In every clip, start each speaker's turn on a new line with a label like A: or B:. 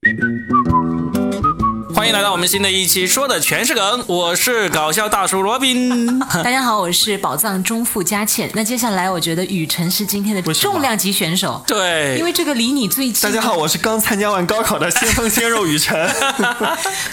A: 欢迎来到我们新的一期，说的全是梗，我是搞笑大叔罗 宾。
B: 大家好，我是宝藏中富佳倩。那接下来，我觉得雨辰是今天的重量级选手，
A: 对，
B: 因为这个离你最近。
C: 大 家好，我是刚参加完高考的先锋鲜肉雨辰。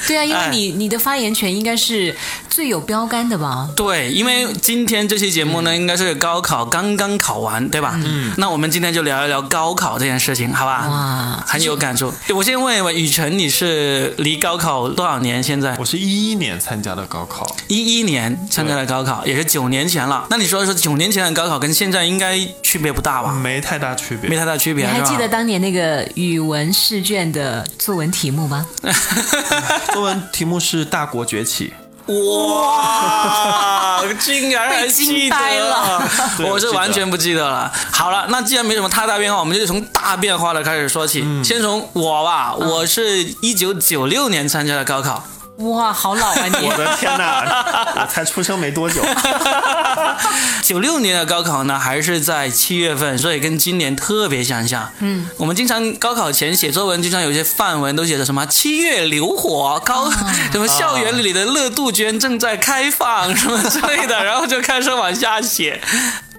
B: 对啊，因为你你的发言权应该是最有标杆的吧？
A: 对，因为今天这期节目呢，
B: 嗯
A: 应该是高考刚刚考完，对吧？嗯。那我们今天就聊一聊高考这件事情，好吧？
B: 哇
A: 很有感触。我先问一问雨辰，你是离高考多少年？现在
C: 我是一一年参加的高考，
A: 一一年参加的高考，也是九年前了。那你说说九年前的高考跟现在应该区别不大吧？
C: 没太大区别。
A: 没太大区别，
B: 嗯你
A: 啊
B: 还
A: 是吧
B: 记得当年那个语文试卷的作文题目吗？
C: 作文题目是“大国崛起
A: 哇，竟然还记
B: 被
A: 得
B: 惊呆 了
C: 对
A: 我是
C: 记得
A: 完全不记得了。好了，那既然没什么太大变化，我们就从大变化的开始说起。
C: 嗯
A: 先从我吧，我是一九九六年参加的高考，
B: 哇，好老啊 你！”。
C: 我的天哪，我 才出生没多久。
A: 九六年的高考呢，还是在七月份，所以跟今年特别相像。嗯，我们经常高考前写作文，经常有些范文都写着什么“七月流火”，高、 什么校园里的热杜鹃正在开放、什么之类的，然后就开始往下写。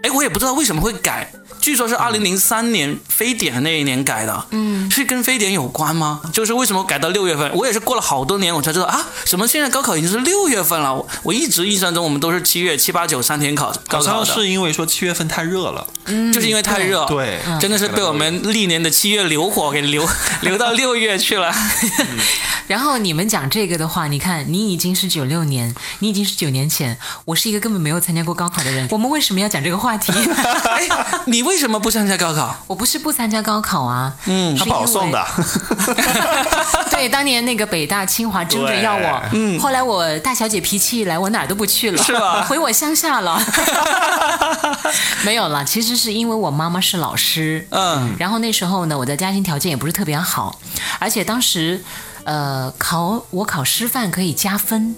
A: 哎，我也不知道为什么会改。据说是二零零三年非典的那一年改的，嗯，是跟非典有关吗？就是为什么改到六月份？我也是过了好多年我才知道啊，什么现在高考已经是六月份了？我我一直印象中我们都是七月七八九三天考高
C: 好
A: 考
C: 像
A: 的，
C: 是因为说七月份太热了，
A: 就是因为太热，
C: 对嗯
A: 真的是被我们历年的七月流火给 流流到六月去了。
B: 然后你们讲这个的话，你看，你已经是九六年，你已经是九年前，我是一个根本没有参加过高考的人，我们为什么要讲这个话题？
A: 哎，你为什么不参加高
C: 嗯
A: 考？
B: 我不是不参加高考啊，嗯，
C: 他保送的。。啊
B: 对，当年那个北大、清华争着要我，嗯，后来我大小姐脾气一来，我哪儿都不去了，
A: 是吧
B: 回我乡下了。没有了，其实是因为我妈妈是老师，
A: 嗯，
B: 然后那时候呢，我的家庭条件也不是特别好，而且当时，呃，考我考师范可以加分，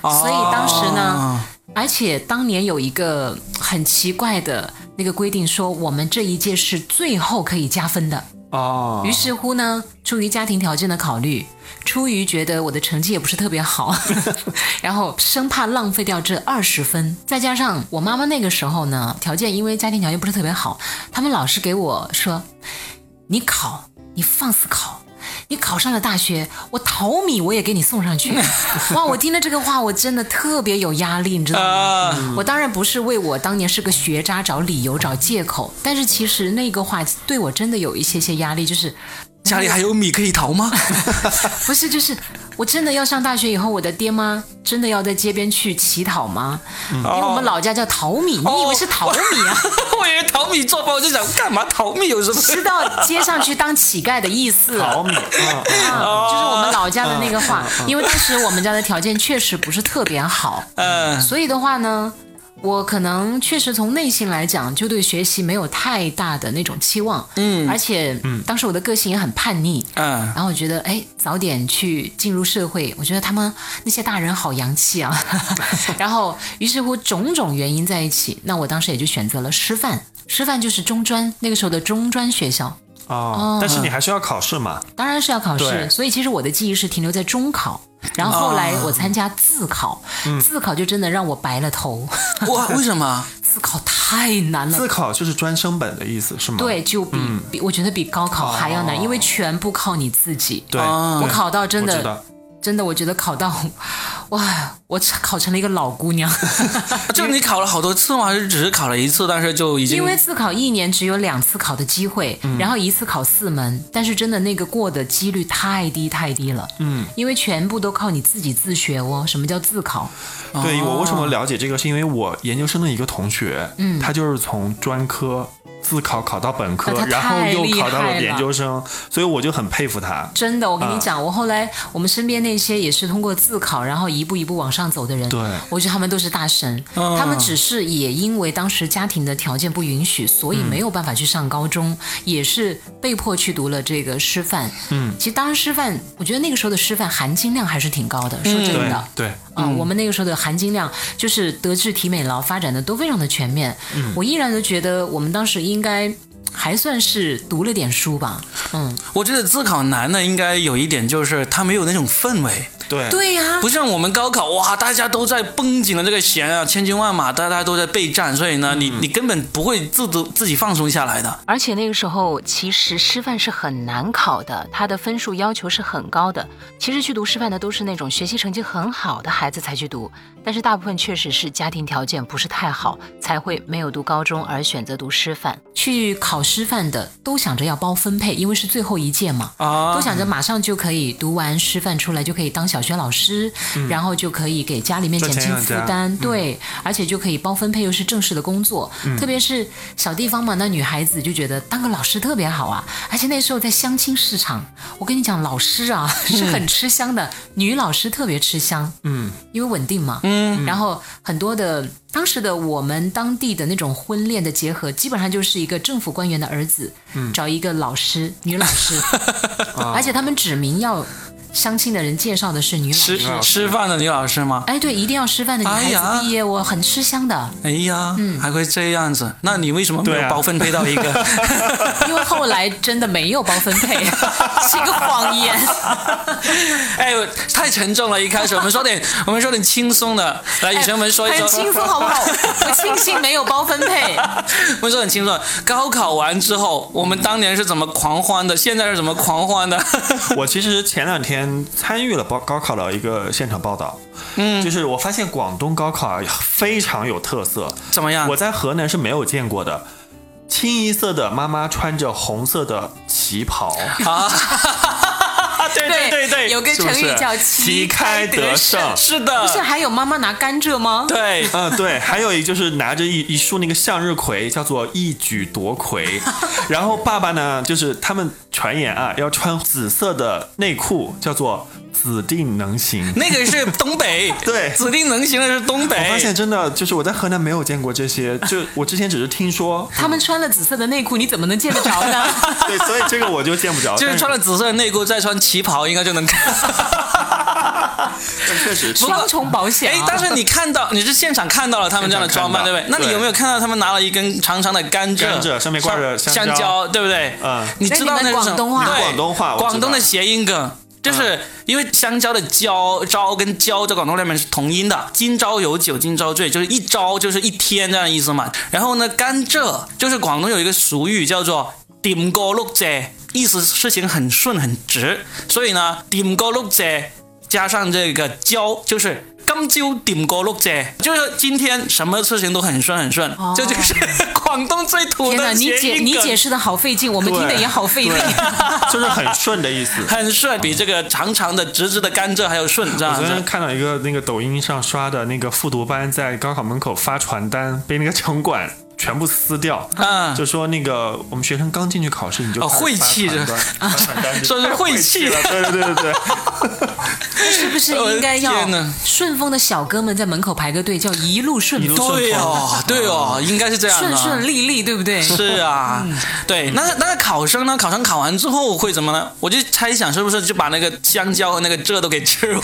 A: 哦
B: 所以当时呢，而且当年有一个很奇怪的那个规定，说我们这一届是最后可以加分的。
C: 哦
B: 于是乎呢，出于家庭条件的考虑，出于觉得我的成绩也不是特别好， 然后生怕浪费掉这二十分，再加上我妈妈那个时候呢，条件因为家庭条件不是特别好，他们老是给我说，你考，你放肆考。你考上了大学，我淘米我也给你送上去。哇，我听了这个话，我真的特别有压力，你知道吗？
A: 啊、
B: 我当然不是为我当年是个学渣找理由找借口，但是其实那个话对我真的有一些些压力，就是
A: 家里还有米可以淘吗？
B: 不是就是我真的要上大学以后，我的爹妈真的要在街边去乞讨吗？因为我们老家叫淘米，你以为是淘米啊？
A: 我以为淘米做饭，我就想干嘛淘米有什 么？
B: 是到街上去当乞丐的意思。
C: 毫米，嗯嗯
B: 啊，就是我们老家的那个话，因为当时我们家的条件确实不是特别好，
A: 嗯，
B: 所以的话呢，我可能确实从内心来讲，就对学习没有太大的那种期望。嗯，而且，当时我的个性也很叛逆。
A: 嗯
B: 然后我觉得，哎，早点去进入社会，我觉得他们那些大人好洋气啊。 然后，于是乎种种原因在一起，那我当时也就选择了师范。师范就是中专，那个时候的中专学校，
C: 哦，但是你还是要考试嘛？
B: 当然是要考试，
C: 对
B: 所以其实我的记忆是停留在中考，然后后来我参加自
C: 哦
B: 考，
C: 嗯
B: 自考就真的让我白了头，
A: 哇，为什么？
B: 自考太难了
C: 自。考嗯就是专升本的意思是吗？
B: 对，就比、比我觉得比高考还要难，
C: 哦
B: 因为全部靠你自己。
C: 对，
A: 啊
B: 哦我考到真
C: 我知
B: 的
C: 道，
B: 真的，我觉得考到， 哇，我考成了一个老姑娘。
A: 就你考了好多次吗？还是只是考了一次？但是就已经
B: 因为自考一年只有两次考的机会，然后一次考四门，但是真的那个过的几率太低太低了。嗯，因为全部都靠你自己自学哦。什么叫自考？
C: 对我为什么了解这个，是因为我研究生的一个同学，嗯，他就是从专科自考考到本科
B: 那他，
C: 然后
B: 太
C: 又
B: 厉
C: 考到
B: 害了
C: 了研究生，所以我就很佩服他。
B: 真的，我跟你
C: 啊
B: 讲，我后来我们身边那些也是通过自考，然后一步一步往上走的人，
C: 对啊
B: 我觉得他们都是大神。他们只是也因为当时家庭的条件不允许，所以
C: 嗯
B: 没有办法去上高中，也是被迫去读了这个师范。嗯，其实当时师范，我觉得那个时候的师范含金量还是挺高的，说真
C: 嗯对嗯
B: 的。
C: 对，
B: 啊、我们那个时候的含金量就是德智体美劳发展的都非常的全面。
C: 嗯
B: 我依然都觉得我们当时应该还算是读了点书吧。嗯，
A: 我觉得自考难的应该有一点就是它没有那种氛围，
C: 对
B: 对呀、
A: 不像我们高考哇，大家都在绷紧了这个弦啊，千军万马，大家都在备战，所以呢，你
C: 嗯
A: 你根本不会自主自己放松下来的。
D: 而且那个时候，其实师范是很难考的，它的分数要求是很高的。其实去读师范的都是那种学习成绩很好的孩子才去读，但是大部分确实是家庭条件不是太好，才会没有读高中而选择读师范。
B: 去考师范的都想着要包分配，因为是最后一届嘛，
C: 哦
A: 啊
B: 都想着马上就可以读完师范出来，就可以当小学老师，然后就可以给家里面减
C: 嗯赚钱
B: 轻
C: 养
B: 负
C: 家
B: 担，
C: 嗯
B: 对，而且就可以包分配，又是正式的工作，特别是小地方嘛，那女孩子就觉得当个老师特别好啊，而且那时候在相亲市场，我跟你讲，老师啊是很吃香的，女老师特别吃香，
C: 嗯，
B: 因为稳定嘛，嗯，然后很多的当时的我们当地的那种婚恋的结合，基本上就是一个政府官员的儿子，找一个老师，女老师，而且他们指明要相亲的人介绍的是女老
A: 吃
B: 师，
A: 吃饭的女老师吗？
B: 哎，对，一定要师范的女
A: 哎
B: 孩
A: 呀
B: 子毕业，我很吃香的，
A: 哎呀，
B: 嗯
A: 还会这样子？那你为什么没
C: 对
A: 有
C: 啊
A: 包分配到一 个？
B: 因为后来真的没有包分配，是一个谎言。
A: 哎，太沉重了。一开始我们说点，我们说点轻松的，来，女生们说一说，
B: 哎很轻松，好不好？我庆幸没有包分 配。
A: 我们说很轻松。高考完之后，我们当年是怎么狂欢的？现在是怎么狂欢的？
C: 我其实前两天参与了报高考的一个现场报道，嗯，就是我发现广东高考啊非常有特色，
A: 怎么样？
C: 我在河南是没有见过的。清一色的妈妈穿着红色的旗袍，
A: 啊，
C: 对对对，
B: 有个
C: 是不
B: 成语
C: 是
B: 叫
C: 旗开得胜。
A: 是
B: 不是
A: 的，
B: 还有妈妈拿甘蔗吗？，
A: 对。
C: 嗯，对，还有一就是拿着一一束那个向日葵，叫做一举夺魁。然后爸爸呢，就是他们传言啊，要穿紫色的内裤，叫做紫定能行。
A: 那个是东北，
C: 对
A: 指定能行的是东北。
C: 我发现真的就是我在河南没有见过这些，就我之前只是听说
B: 他们穿了紫色的内裤，你怎么能见得着呢？
C: 对，所以这个我就见不着。
A: 就是穿
C: 了，
A: 了紫色的内裤，再穿旗袍，应该就能看。
C: 但确实是
B: 双重保险、
A: 哎
B: 啊。，
A: 但是你看到，你是现场看到了他们这样的装扮，
C: 现
A: 对
C: 场
A: 不对
C: 看到？
A: 那你
C: 对
A: 有没有看到他们拿了一根长长的甘蔗？
C: 甘蔗上面挂着
A: 香
C: 香蕉
A: 蕉，对不对？
C: 嗯
A: 你知道
B: 那你
A: 那
B: 们
A: 是什
B: 广东话
A: 对
C: 广东话我知道
A: 广东的谐音梗。就是
B: 嗯
A: 因为香蕉的蕉招跟蕉在广东那边是同音的，今朝有酒今朝醉，就是一朝就是一天这样的意思嘛。然后呢，甘蔗就是广东有一个俗语叫做“点歌碌蔗”，意思是事情很顺很直。所以呢，“点歌碌蔗”加上这个蕉，就是今朝点歌碌蔗，就是今天什么事情都很顺很顺。这就是广东最土
B: 哦天哪，
A: 的
B: 你
A: 谐
B: 解
A: 音
B: 你
A: 梗
B: 解释的好费劲，我们听的也好费力。
C: 就是很顺的 意思。
A: 很顺，比这个长长的、直直的甘蔗还要顺，这
C: 我
A: 样
C: 昨天
A: 子。
C: 看到一个那个抖音上刷的那个复读班在高考门口发传单，被那个城管全部撕掉，
A: 嗯
C: 就说那个我们学生刚进去考试你就
A: 哦
C: 开始
A: 晦气啊
C: 发传单发传单就
A: 说是
C: 太
A: 晦
C: 晦
A: 气
C: 了，对对对 对对，
B: 是不是应该
A: 我的
B: 要
A: 天哪
B: 顺丰的小哥们在门口排个队，叫一路顺风，
A: 对哦，对
C: 嗯
A: 哦，应该是这样
B: 顺
A: 的。
B: 顺利利，对不对？
A: 是啊，对，那那个考生呢？考生考完之后会怎么呢？我就猜想是不是就把那个香蕉和那个蔗都给吃完？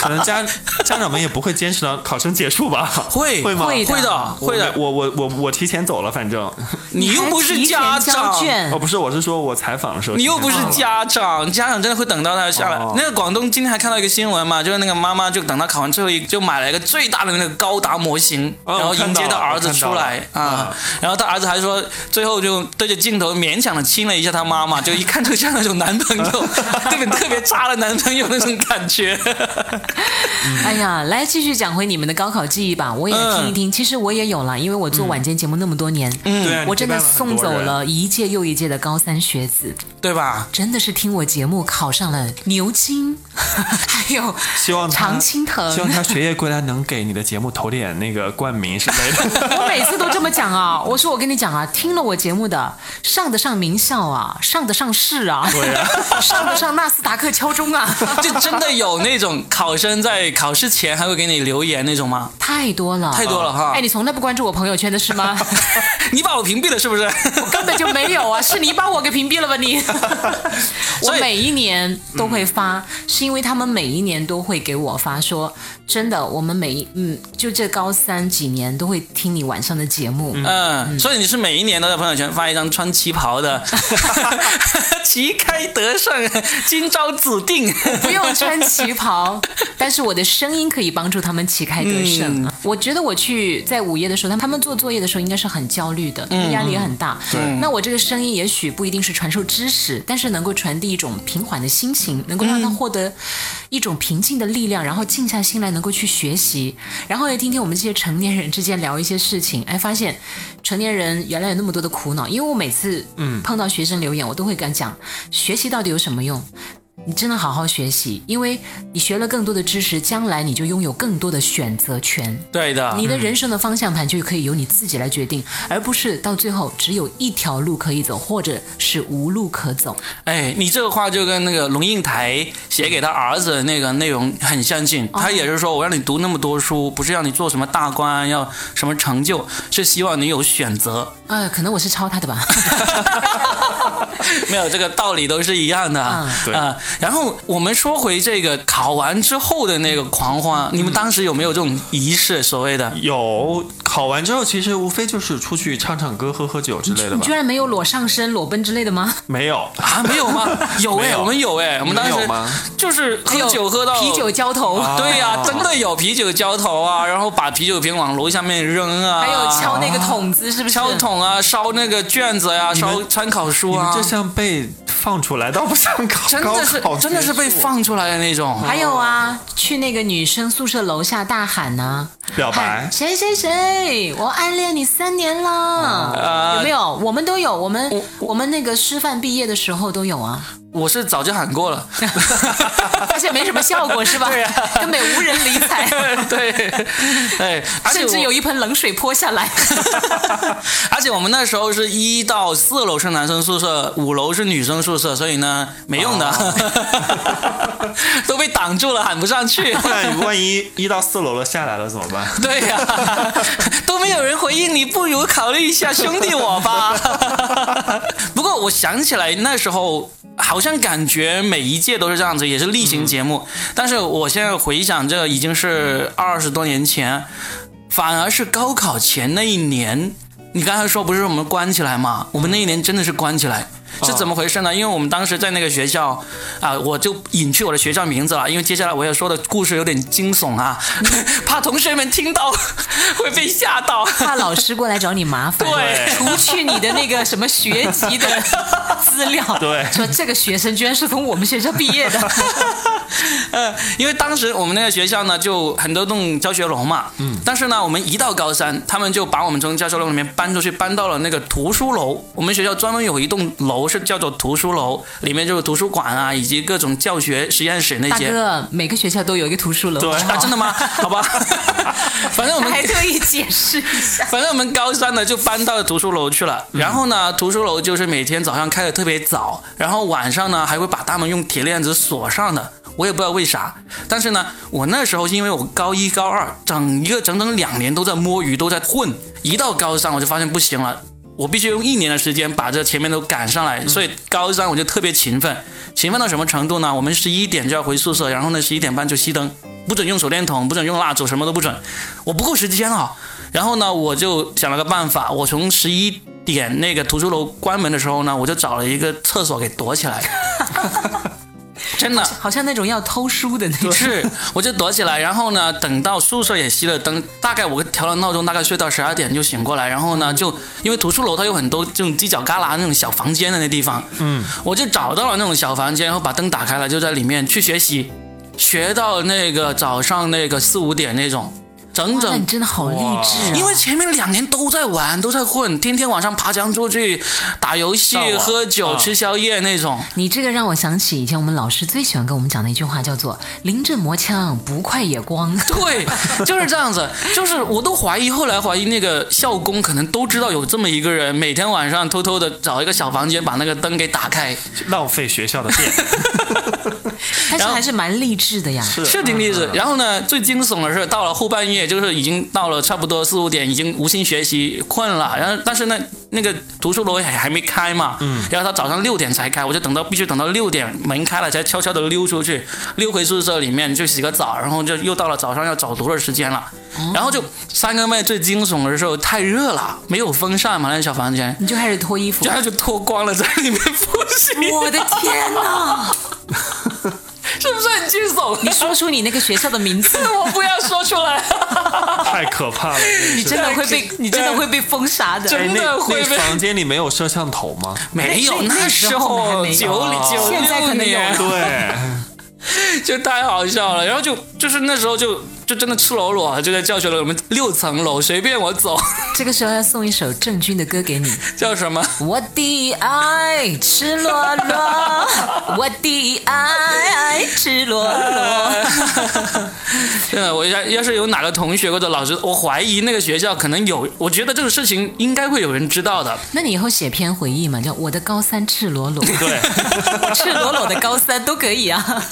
C: 可能家家长们也不会坚持到考生结束吧？
A: 会
C: 会吗？
B: 会
A: 会的，
C: 我
A: 会的。
C: 我我我我提前走了，反正
A: 你又不是
B: 提前
A: 家
B: 交
A: 长，
B: 卷
C: 哦，不是，我是说我采访的时候，
A: 嗯你又不是家长，家长真的会等到他下来。
C: 哦
A: 那个广东今天还看到一个新闻嘛，就是那个妈妈就等他考完最后一，就买了一个最大的那个高达模型，
C: 哦
A: 然后迎接
C: 我看
A: 他
C: 到了
A: 儿子出来
C: 我看到了嗯
A: 啊。然后他儿子还说，最后就对着镜头勉强的亲了一下他妈妈，就一看就像那种男朋友， 特别特别渣的男朋友那种感觉。
B: 哎呀，来继续讲回你们的高考记忆吧，我也
A: 嗯
B: 听一听。其实我也有了，因为我做晚间节目那么多年，
A: 嗯
C: 对啊
B: 我真的
C: 你陪伴很
B: 送
C: 多
B: 走
C: 人
B: 了一届又一届的高三学子，
A: 对吧？
B: 真的是听我节目考上了牛津， 还有
C: 希望他
B: 常青藤。
A: 嗯
C: 希望他学业归来能给你的节目投点那个冠名之类 的。
B: 我每次都这么讲啊， 我说我跟你讲啊，听了我节目的，上得上名校啊，上得上市啊，
C: 对啊
B: 上得上纳斯达克敲钟啊，
A: 就真的有那种考生在考试前还会给你留言那种吗？
B: 太多了，
A: 太多了哈
B: 哎，你从来不关注我朋友圈的是吗？
A: 你把我屏蔽了是不是？
B: 根本就没有啊！是你把我给屏蔽了吧你？我
A: 所以嗯
B: 每一年都会发，是因为他们每一年都会给我发说，真的，我们每一嗯，就这高三几年都会听你晚上的节目，
A: 嗯，所以你是每一年都在朋友圈发一张穿旗袍的， 旗开得胜，今朝指定。
B: 不用穿旗袍，但是我的声音可以帮助他们旗开得胜。啊我觉得我去在午夜的时候，他们做作业的时候应该是很焦虑的，压力也很大。那我这个声音也许不一定是传授知识，但是能够传递一种平缓的心情，能够让他获得一种平静的力量，然后静下心来能够去学习，然后也听听我们这些成年人之间聊一些事情，哎，发现成年人原来有那么多的苦恼。因为我每次碰到学生留言，我都会跟他讲，学习到底有什么用？你真的好好学习，因为你学了更多的知识，将来你就拥有更多的选择权。
A: 对的，
B: 你的人生的方向盘就可以由你自己来决定，而不是到最后只有一条路可以走，或者是无路可走。
A: 哎，你这个话就跟那个龙应台写给他儿子的那个内容很相近。他也是说，我让你读那么多书，不是让你做什么大官，要什么成就，是希望你有选 择。
B: 呃，可能我是抄他的吧。
A: 没有这个道理都是一样的啊、
C: 对
A: 呃然后我们说回这个考完之后的那个狂欢，你们当时有没有这种仪式？所谓的
C: 有考完之后，其实无非就是出去唱唱歌、喝喝酒之类 的
B: 你
C: 吧
B: 居。然没有裸上身、裸奔之类的吗？
C: 没有，
A: 啊，没有 吗？有哎、
C: 没有
A: 我们有哎、我们当时
C: 你有吗
A: 就是喝酒喝到
B: 啤酒啊浇头，
A: 对呀、
C: 哦
A: 真的有啤酒浇头啊，然后把啤酒瓶往楼下面扔啊，
B: 还有敲那个桶子，是不是？
A: 敲。桶啊，烧那个卷子呀、
C: 们
A: 烧参考书
C: 你们
A: 啊
C: 这，像被放出来，倒不像考
A: 真的是
C: 高考啊
A: 真的是被
C: 结束
A: 放出来的那种。
B: 还有啊，去那个女生宿舍楼下大喊啊呐、
C: 表白
B: 喊。哎谁谁谁，我暗恋你三年了，有没有？我们都有，我们啊我们那个师范毕业的时候都有啊，
A: 我是早就喊过 了，
B: 发现没什么效果是吧？
A: 对啊
B: 根本无人理 睬，
A: 对，哎，而且
B: 甚至
A: 我
B: 有一盆冷水泼下来。
A: 而且我们那时候是一到四楼是男生宿舍，五楼是女生宿舍，所以呢没用的， 都被挡住了，喊不上去。
C: 那万一一到四楼了下来了怎么办？
A: 对呀、 都没有人回应你，不如考虑一下兄弟我吧。 不过我想起来那时候，好像感觉每一届都是这样子，也是例行节目。但是我现在回想，这已经是二十多年前，反而是高考前那一年。你刚才说不是我们关起来嘛？我们那一年真的是关起来，是怎么回事呢？因为我们当时在那个学校，啊、我就隐去我的学校名字了，因为接下来我要说的故事有点惊悚啊，怕同学们听到 会被吓到。
B: 怕老师过来找你麻烦，
A: 对
B: 除去你的那个什么学籍的 资料，
C: 对
B: 说这个学生居然是从我们学校毕业 的，
A: 呃，因为当时我们那个学校呢，就很多栋教学楼嘛，嗯，但是呢，我们一到高三，他们就把我们从教学楼里面搬出去，搬到了那个图书楼。我们学校专门有一栋楼是叫做图书楼，里面就是图书馆啊，以及各种教学实验室那
B: 大
A: 些。
B: 哥，每个学校都有一个图书楼， 好不
A: 啊，
B: 好
A: 真的吗？好吧， 反正我
B: 他
A: 们
B: 还特意解释一下。
A: 反正我们高三呢就搬到图书楼去了，然后呢，图书楼就是每天早上开的特别早，然后晚上呢还会把他们用铁链子锁上的，我也不知道为啥。但是呢，我那时候是因为我高一高二整一个整整两年都在摸鱼，都在混，一到高三我就发现不行了。我必须用一年的时间把这前面都赶上来，所以高三我就特别勤奋，勤奋到什么程度呢？我们十一点就要回宿舍，然后呢十一点半就熄灯，不准用手电筒，不准用蜡烛，什么都不准，我不够时间啊。然后呢，我就想了个办法，我从十一点那个图书楼关门的时候呢，我就找了一个厕所给躲起来，真的。
B: 好像那种要偷书的那 种，
A: 是，我就躲起来，然后呢，等到宿舍也熄了灯，大概我调了闹钟，大概睡到十二点就醒过来，然后呢，就因为图书楼它有很多这种犄角旮旯那种小房间的那地方，嗯，我就找到了那种小房间，然后把灯打开了，就在里面去学习，学到那个早上那个四五点那种，整
B: 哇那
A: 整
B: 你真的好励志、啊，
A: 因为前面两年都在玩，都在混，天天晚上爬墙出去打游戏
C: 上、网
A: 喝酒、
C: 啊
A: 吃宵夜那种。
B: 你这个让我想起以前我们老师最喜欢跟我们讲的一句话，叫做“临阵磨枪，不快也光
A: 对，就是这样子，就是我都怀疑，后来怀疑那个校工可能都知道有这么一个人，每天晚上偷偷的找一个小房间，把那个灯给打开。
C: 浪费学校的电。”
B: 但是
A: 然后
B: 还是蛮励志的呀。
C: 是
A: 是挺励志。然后呢，最惊悚的是，到了后半夜，就是已经到了差不多四五点，已经无心学习，困了。然后，但是呢，那个读书楼还还没开嘛，嗯，然后他早上六点才开，我就等到必须等到六点门开了才悄悄的溜出去，溜回宿舍里面就洗个澡，然后就又到了早上要早读的时间了。
B: 哦
A: 然后就三个妹最惊悚的时候，太热了，没有风扇嘛，那小房间，
B: 你就开始脱衣服
A: 然，后就脱光了在里面 复习，
B: 我的天哪！
A: 是不是很惊悚？
B: 你说出你那个学校的名字，
A: 我不要说出来。
C: 太可怕了。
B: 你真的会被你真的会被封杀的。
A: 真
C: 哎，
A: 的
C: 那
A: 会
C: 那
A: 被
C: 房间里没有摄像头 吗？
A: 没有，
B: 那那
A: 时
B: 时候我们还没有
A: 九零九
B: 现在
A: 六
B: 可能有
A: 年
B: 了
C: 对，
A: 就太好笑了。然后就就是那时候就就真的赤裸裸就在教学楼，我们六层楼随便我走，
B: 这个时候要送一首郑钧的歌给你，
A: 叫什么？
B: 我的爱赤裸裸，我的爱赤裸 裸。
A: 真的，我要要是有哪个同学或者老师，我怀疑那个学校可能有，我觉得这个事情应该会有人知道的。
B: 那你以后写篇回忆嘛，叫我的高三赤 裸裸，
C: 对，
B: 赤裸裸的高三都可以啊。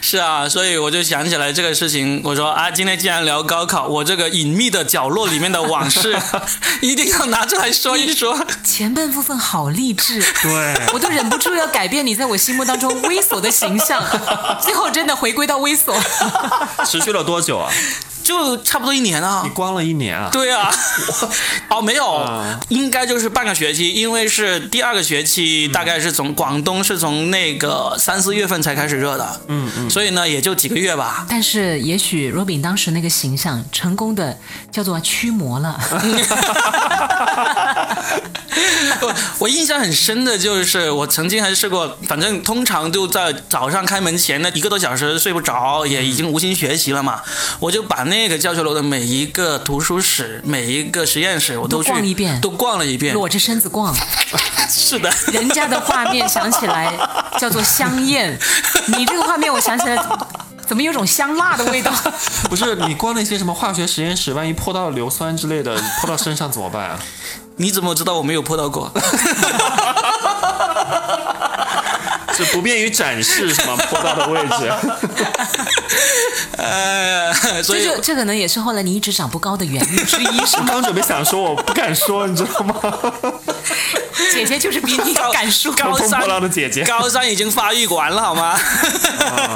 A: 是啊，所以我就想起来这个事情，我说啊，今天既然聊高考，我这个隐秘的角落里面的往 事，一定要拿出来说一说。
B: 前半部分好励志，
C: 对，
B: 我都忍不住要改变你在我心目当中猥琐的形象， 最后真的回归到猥琐。
C: 持续了多久啊？
A: 就差不多一年啊，
C: 你光了一年啊？
A: 对 啊，哦，没有，
C: 啊
A: 应该就是半个学期，因为是第二个学期，大概是从、广东是从那个三四月份才开始热的，嗯嗯，所以呢也就几个月 吧。
B: 但是也许若饼当时那个形象成功的叫做驱魔了，
A: 我我印象很深的就是，我曾经还试过，反正通常就在早上开门前那一个多小时睡不着，也已经无心学习了嘛，我就把那个教学楼的每一个图书室、每一个实验室我都去
B: 都逛一遍
A: 都逛了一遍。
B: 裸着身子逛，
A: 是的，
B: 人家的画面想起来叫做香艳，你这个画面我想起来怎么有种香辣的味道？
C: 不是你光那些什么化学实验室，万一泼到硫酸之类的，泼到身上怎么办啊？
A: 你怎么知道我没有碰到过？
C: 是不便于展示什么泼到的位置。
A: 呃，所
B: 这
A: 以
B: 就这可能也是后来你一直长不高的原因之一，是
C: 我
B: 吗？
C: 刚准备想说，我不敢说，你知道吗？
B: 姐姐就是比你敢说
A: 高
C: 乘风破
A: 三
C: 浪的姐姐，
A: 高三已经发育完了，好吗？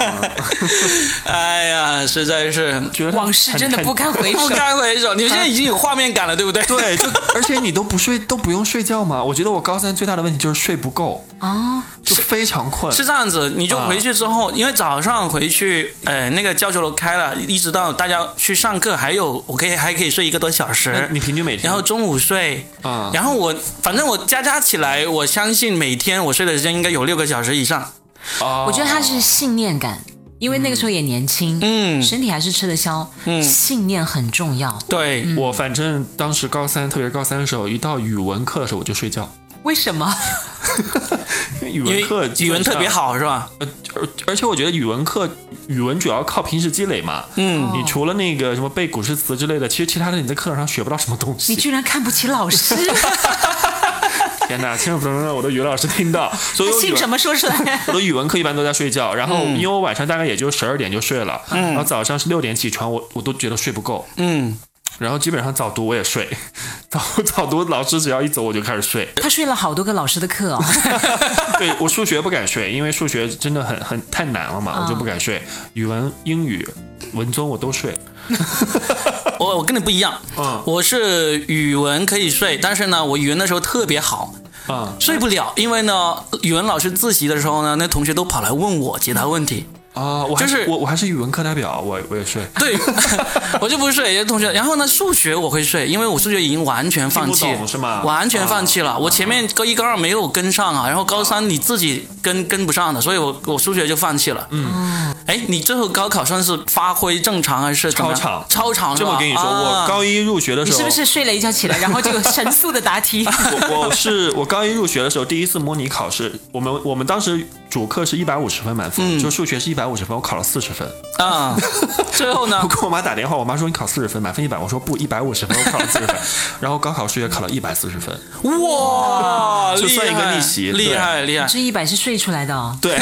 A: 哎呀，实在是
C: 觉得
B: 往事真的不堪 回
A: 不
B: 首。
A: 堪回首。你们现在已经有画面感了，对不对？
C: 对，就而且你都不睡，都不用睡觉吗？我觉得我高三最大的问题就是睡不够，
B: 哦，
C: 就非常困。
A: 是这样子，你就回去之后，因为早上回去，呃，那个教学楼开了，一直到大家去上课，还有我可以还可以睡一个多小时。
C: 你平均每天，
A: 哎然后中午睡，
C: 啊
A: 然后我反正我加加起来，我相信每天我睡的时间应该有六个小时以上。
C: 哦
B: 我觉得他是信念感，因为那个时候也年轻，
A: 嗯
B: 身体还是吃得消，
A: 嗯
B: 信念很重要。
A: 对，
C: 我反正当时高三，特别是高三的时候，一到语文课的时候我就睡觉，
B: 为什么？
C: 因为
A: 因
C: 语文课
A: 为语文特别
C: 好。
A: 好是吧？
C: 呃，而而且我觉得语文课，语文主要靠平时积累嘛。
A: 嗯，
C: 你除了那个什么背古诗词之类的，其实其他的你在课堂上学不到什么东
B: 你
C: 西。
B: 居然看不起老师？
C: 天哪，千万不能让我的语文老师听 到。所以我语
B: 姓
C: 文
B: 什么说出 来？
C: 我的语文课一般都在睡觉，然后
A: 嗯
C: 因为我晚上大概也就十二点就睡了，然后早上是六点起床，我我都觉得睡不够，
A: 嗯，
C: 然后基本上早读我也睡， 早早读老师只要一走我就开 始睡，
B: 他睡了好多个老师的课哦。
C: 对我数学不敢睡，因为数学真的很很太难了
A: 啊
C: 嘛，我就不敢睡，语文、英语、文综我都睡，
A: 我我跟你不一样，
C: 嗯
A: 我是语文可以睡，但是呢，我语文那时候特别好，
C: 啊、
A: 睡不了，因为呢，语文老师自习的时候呢，那同学都跑来问我解答问题，
C: 啊，我还
A: 就是
C: 我我还是语文课代表，我我也睡，
A: 对 我就不睡，有些同学，然后呢，数学我会睡，因为我数学已经完全放弃
C: 听不懂，是吗啊
A: 完全放弃了，我前面高一高二没有跟上啊，然后高三你自己跟跟不上的，所以我我数学就放弃了，嗯，哎，你最后高考算是发挥正常还是怎么样
C: 超常
A: 超常是
C: 这
A: 吧？
C: 么跟你说，
A: 啊
C: 我高一入学的
B: 你
C: 时候，
B: 是不是睡了一觉起来，然后就神速的答题？
C: 我我是我高一入学的时候第一次模拟考试，我们我们当时主课是一百五十分满分，就数学是一百五十分，我考了四十分。
A: 啊，最后呢
C: 我？跟我妈打电话，我妈说你考四十分，满分一百，我说不一百五十分，我考了四十分。 然后高考数学考了一百四十分，
A: 哇，
C: 就算一个
A: 厉害
C: 逆袭
A: 厉
C: 对
A: 害厉害！
B: 这一百是睡出来的哦。
C: 对，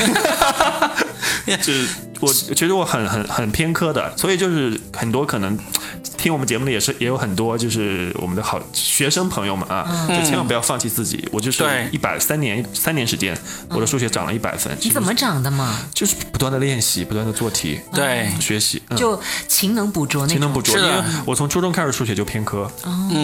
C: 就是我觉得我很很很偏科的，所以就是很多可能听我们节目的也是也有很多就是我们的好学生朋友们啊，就千万不要放弃自己。我就是
A: 对
C: 一百三年三年时间，我的数学涨了一百分。
B: 你怎么长的嘛？
C: 就是不断的练习，不断的做题，
A: 对，
C: 学习，嗯、
B: 就勤能补拙那
C: 勤能补
B: 种。
C: 拙。
A: 是
C: 因
A: 的哦
C: 为我从初中开始数学就偏科，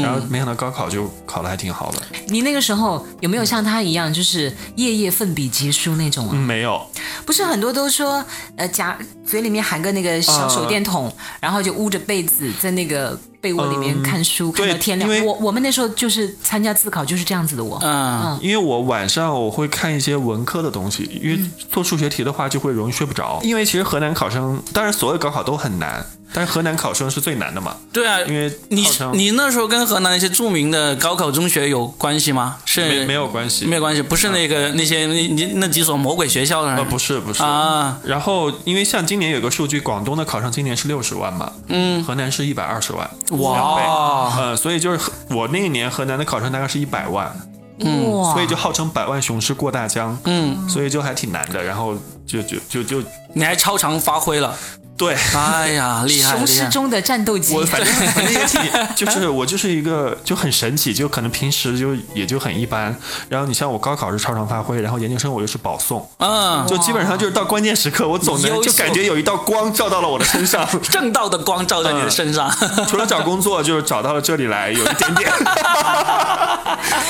C: 然后没想到高考就考的还挺好的。
B: 你那个时候有没有像他一样，就是夜夜奋笔疾书那种啊？
C: 嗯，没有，
B: 不是很多都说，呃，夹嘴里面含个那个
C: 啊
B: 小手电筒，然后就捂着被子在那个被窝里面看书，看
C: 嗯对
B: 到天亮
C: 因为。
B: 我我们那时候就是参加自考就是这样子的我，
A: 嗯，
C: 因为我晚上我会看一些文科的东西，因为
A: 嗯
C: 做数学题的话就会容易睡不着。因为其实河南考生，当然所有高考都很难，但是河南考生是最难的嘛，
A: 对啊，
C: 因为
A: 你
C: 号称
A: 你那时候跟河南那些著名的高考中学有关系吗？是
C: 没没有关系，
A: 没有关系，不是那个那些那那那几所魔鬼学校的
C: 呃
A: 人
C: 不是不是。
A: 啊，
C: 然后，因为像今年有个数据，广东的考生今年是六十万嘛，嗯，河南是一百二十万，两倍
A: 哇，
C: 呃，所以就是河我那一年河南的考生大概是一百万，
B: 哇，
C: 嗯所以就号称百万雄师过大江，
A: 嗯，
C: 所以就还挺难的。然后就就就就
A: 你还超常发挥了，
C: 对
A: 哎呀，厉害
B: 雄
A: 厉
B: 狮
A: 害，
B: 中的战斗机
C: 我。反正反正也挺，就是我就是一个就很神奇，就可能平时就也就很一般。然后你像我高考是超常发挥，然后研究生我又是保送，
A: 嗯，
C: 就基本上就是到关键时刻，我总能
A: 优秀
C: 就感觉哦有一道光照到了我的身 上。
A: 正道的光照在你的
C: 嗯
A: 身上，
C: 除了找工作，就是找到了这里来，有一点点，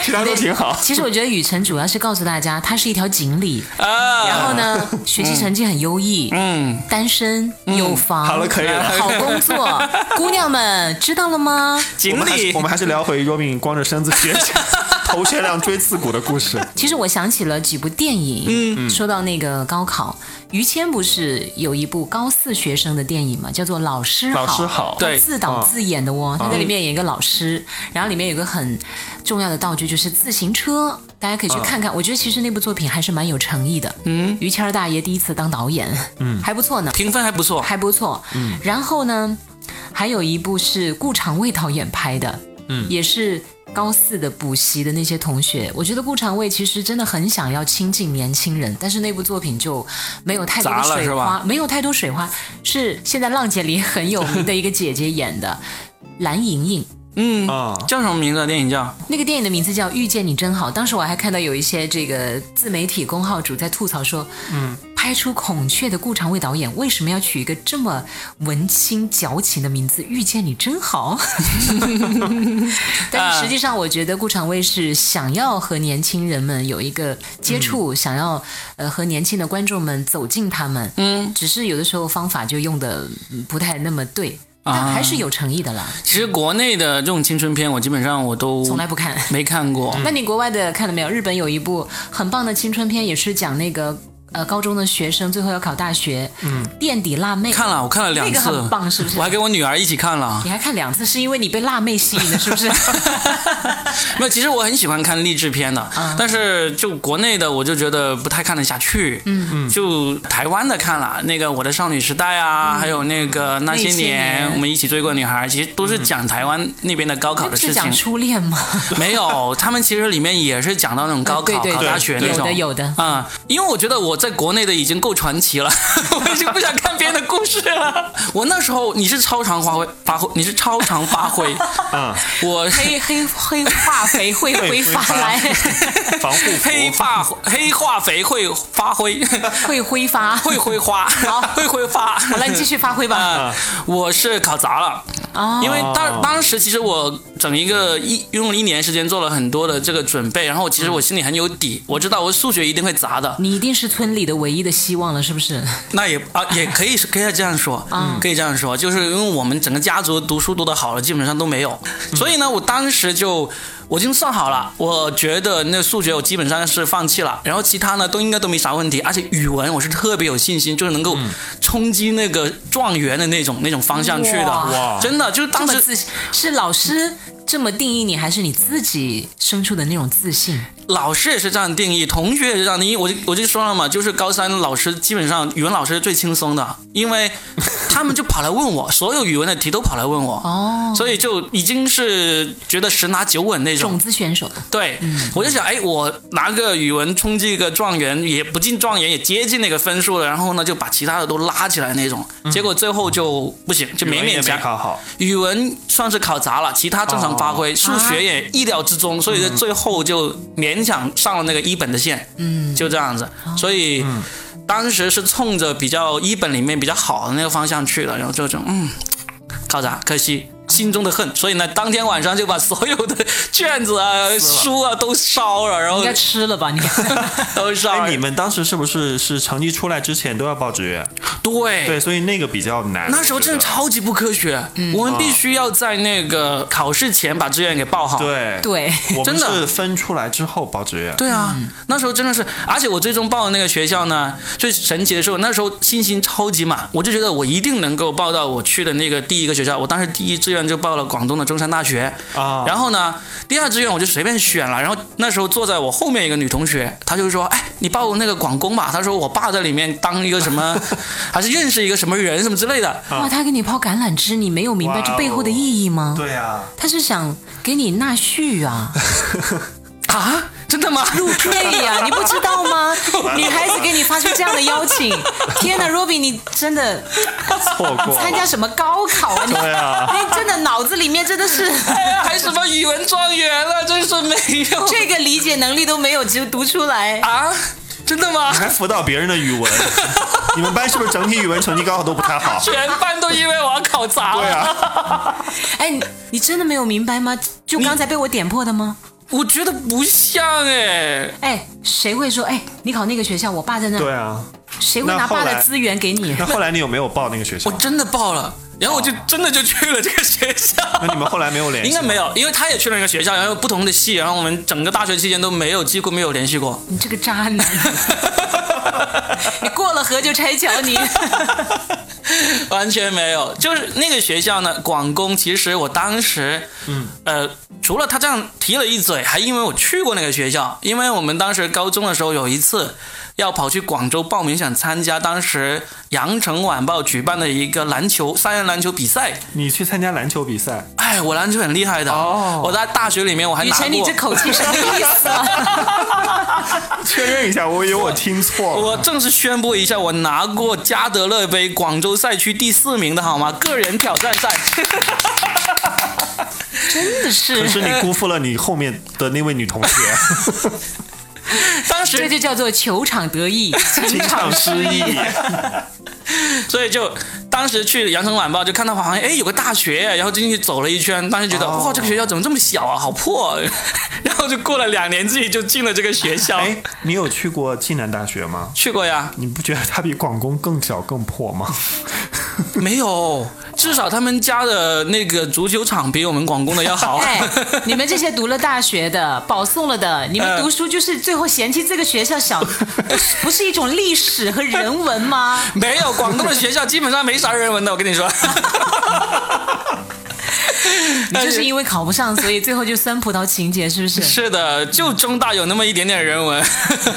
C: 其他都挺好。
B: 其实我觉得雨辰主要是告诉大家，他是一条锦鲤，
A: 啊，
C: 嗯
B: 然后呢，学习成绩很优异，
A: 嗯。
B: 单身有房，
C: 好了，可以了。
B: 好工 作，姑娘们知道了吗？
C: 我
A: 锦
C: 们还是
A: 鲤
C: 我，们还是聊回 Robin 光着身子学 头悬梁锥刺股的故事。
B: 其实我想起了几部电影，嗯，说到那个高考，于谦不是有一部高四学生的电影嘛，叫做《老师好》，
C: 老师好
B: 他
A: 对
B: 自导自演的哦，他在里面演一个老师，然后里面有个很重要的道具就是自行车，大家可以去看看。我觉得其实那部作品还是蛮有诚意的，嗯，于谦儿大爷第一次当导演，嗯，还不错呢，
A: 评分还不错，
B: 还不错，嗯，然后呢，还有一部是顾长卫导演拍的，嗯，也是高四的补习的那些同学，我觉得顾长卫其实真的很想要亲近年轻人，但是那部作品就没有太多的
A: 砸了
B: 水
A: 是吧
B: 花，没有太多水花，是现在浪姐里很有名的一个姐姐演的蓝盈莹。
A: 嗯，
C: 啊
A: 叫什么名字？电影叫？
B: 那个电影的名字叫《遇见你真好》，当时我还看到有一些这个自媒体公号主在吐槽说，嗯，拍出《孔雀》的顾长卫导演为什么要取一个这么文青矫情的名字？《遇见你真好》， 但是实际上我觉得顾长卫是想要和年轻人们有一个接触，想要呃和年轻的观众们走进他们，嗯，只是有的时候方法就用的不太那么对，但还是有诚意的啦，
A: 其实国内的这种青春片，我基本上我都
B: 从来不看。
A: 没看过。
B: 那你国外的看了没有？日本有一部很棒的青春片，也是讲那个呃高中的学生最后要考大学，嗯，垫底辣妹。
A: 看了，我看了两
B: 那个
A: 次，
B: 很棒，是不是
A: 我？还跟我女儿一起看了。
B: 你还看两次，是因为你被辣妹吸引了，是不是？
A: 没有，其实我很喜欢看励志片的，
B: 嗯
A: 但是就国内的我就觉得不太看得下去。嗯嗯，就台湾的看了那个《我的少女时代》啊，还有那个那些
B: 嗯那些
A: 年
B: 年
A: 我们一起追过的女孩，其实都是讲台湾那边的高考的
B: 是
A: 事
B: 嗯讲
A: 情。
B: 初恋吗？
A: 没有，他们其实里面也是讲到那种高 考、
B: 对对
A: 考
B: 对，
A: 大学那
B: 有
A: 种。
B: 的有的。
A: 啊、因为我觉得我在国内的已经够传奇了， 我已经不想看别人的故事了。我那时候你是超常发挥发挥，你是超常发挥，
C: 啊，
A: 我
B: 黑黑黑 化肥会
C: 对
B: 挥发
C: 挥发
B: 来，
C: 防护服
A: 黑发黑化肥会发挥，
B: 会挥发。
A: 会挥花，会挥发。
B: 好了，你继续发挥吧。
A: 啊、我是考砸了，呃
B: 哦
A: 因为当当时其实我整一个一用了一年时间做了很多的这个准备，然后其实
C: 嗯
A: 我心里很有底，我知道我数学一定会砸的，
B: 你一定是村里的唯一的希望了，是不 是？
A: 那也啊，也可以是可以这样说，
B: 嗯
A: 可以这样说，就是因为我们整个家族读书读得好的基本上都没有，所以呢，我当时就我已经算好了，我觉得那数学我基本上是放弃了，然后其他呢都应该都没啥问题，而且语文我是特别有信心，就是能够冲击那个状元的那种那种方向去的，
B: 哇
A: 真的就是
B: 这
A: 当
B: 么
A: 时
B: 自信，是老师这么定义你，还是你自己生出的那种自信？
A: 老师也是这样定义，同学也是这样 定义。我就我就说了嘛，就是高三老师基本上语文老师是最轻松的，因为他们就跑来问我，所有语文的题都跑来问我，
B: 哦，
A: 所以就已经是觉得十拿九稳那种
B: 种。子选手，
A: 对，
C: 嗯
A: 我就想，哎，我拿个语文冲击个状元，也不进状元，也接近那个分数了，然后呢，就把其他的都拉起来那种，结果最后就不行，就勉
C: 嗯语文也
A: 勉
C: 没
A: 强。
C: 考好，
A: 语文算是考砸了，其他正常发
B: 哦
A: 挥，数学也意料之
B: 啊
A: 中，所以最后就勉强上了那个一本的线，嗯，就这样子，
B: 哦
A: 所以。
C: 嗯
B: 嗯
A: 当时是冲着比较一本里面比较好的那个方向去了，然后就这种嗯，考砸，可惜心中的恨，所以呢，当天晚上就把所有的卷子啊、书啊都烧了，然后
B: 应该吃了吧？ 你
A: 都烧了。
C: 哎，你们当时是不是是成绩出来之前都要报志愿？
A: 对
C: 对，所以那个比较难。
A: 那时候真的超级不科学，
B: 嗯
A: 我们必须要在那个考试前把志愿给报好。
C: 我觉得对，
B: 对，
C: 我
A: 真
C: 们
A: 的
C: 是分出来之后报志愿。
A: 对啊，那时候真的是，而且我最终报的那个学校呢，最神奇的是，我那时候信心超级满，我就觉得我一定能够报到我去的那个第一个学校。我当时第一志愿就报了广东的中山大学，
C: 啊，
A: 然后呢，第二志愿我就随便选了。然后那时候坐在我后面一个女同学，她就说：“哎，你报那个广工吧。”她说我爸在里面当一个什么，还是认识一个什么人什么之类的。
B: 哇，他给你泡橄榄枝，你没有明白这背后的意义吗？
C: 对呀，
B: 他是想给你纳婿 啊，
A: 啊，真的吗？
B: 入赘呀、你不知道 吗？女孩子给你发出这样的邀请，天哪，Robin，你真 的
C: 错过
B: 参加什么高考 啊？你
C: 对啊，
B: 哎，真的脑子里面真的是
A: 哎呀，还什么语文状元了，真是没有
B: 这个理解能力都没有，只有读出来。
A: 啊，真的吗？
C: 还辅导别人的 语文。你们班是不是整体语文成绩高考都不太好？
A: 全班都因为我考砸了。
C: 对啊，
B: 哎，你你真的没有明白吗？就刚才被我点破的吗？
A: 我觉得不像哎，
B: 哎，谁会说哎，你考那个学校，我爸在那儿，
C: 对啊。
B: 谁会拿
C: 那后
B: 爸的
C: 来
B: 资源给你
C: 那？后来你有没有报那个学校
A: 我？真的报了，然后我就真的就去了这个学校。
C: 那你们后来没有联系？
A: 应该没有，因为他也去了那个学校，然后不同的系，然后我们整个大学期间都没有，几乎没有联系过。
B: 你这个渣男，你过了河就拆桥你。
A: 完全没有，就是那个学校呢，广工。其实我当时，嗯，呃，除了他这样提了一嘴，还因为我去过那个学校，因为我们当时高中的时候有一次要跑去广州报名，想参加当时羊城晚报举办的一个篮球三人篮球比赛。
C: 你去参加篮球比赛，
A: 哎，我篮球很厉害的，
C: 哦
A: 我在大学里面我还
B: 雨
A: 拿过。
B: 辰，你 这口气什么意思啊？
C: 确认一下，我以为我听错了。
A: 我正式宣布一下，我拿过加德乐杯广州赛区第四名的好吗？个人挑战 赛。
B: 真的
C: 可是
B: 是，
C: 你辜负了你后面的那位女同 学，
A: 当时
B: 这就叫做球场得意，情
C: 情场失 意。
A: 所以就当时去羊城晚报就看到好像哎有个大学，然后进去走了一圈，当时觉得、
C: 哦
A: 哇这个学校怎么这么小啊，好破、 然后就过了两年自己就进了这个学校，
C: 哎，你有去过暨南大学吗？
A: 去过呀？
C: 你不觉得它比广工更小更破吗？
A: 没有，至少他们家的那个足球场比我们广工的要好。啊
B: 哎，你们这些读了大学的、保送了的，你们
A: 呃
B: 读书就是最后嫌弃这个学校小，不是不是一种历史和人文吗？
A: 没有，广东的学校基本上没啥人文的，我跟你说。
B: 你就是因为考不上，所以最后就酸葡萄情节，是不是？
A: 是的，就中大有那么一点点人文。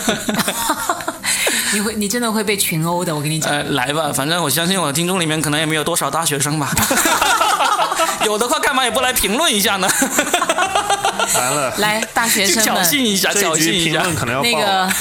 B: 你会，你真的会被群殴的，我跟你讲。
A: 呃，来吧，反正我相信我的听众里面可能也没有多少大学 生吧。有的话，干嘛也不来评论一下呢？
C: 完了，
B: 来，大学
A: 去
B: 生
A: 侥幸
B: 们，
A: 一下，
C: 这
A: 侥
C: 一
A: 幸
C: 局
A: 一
C: 评
A: 下。
C: 论可能要
B: 那
C: 爆
B: 个
C: 了。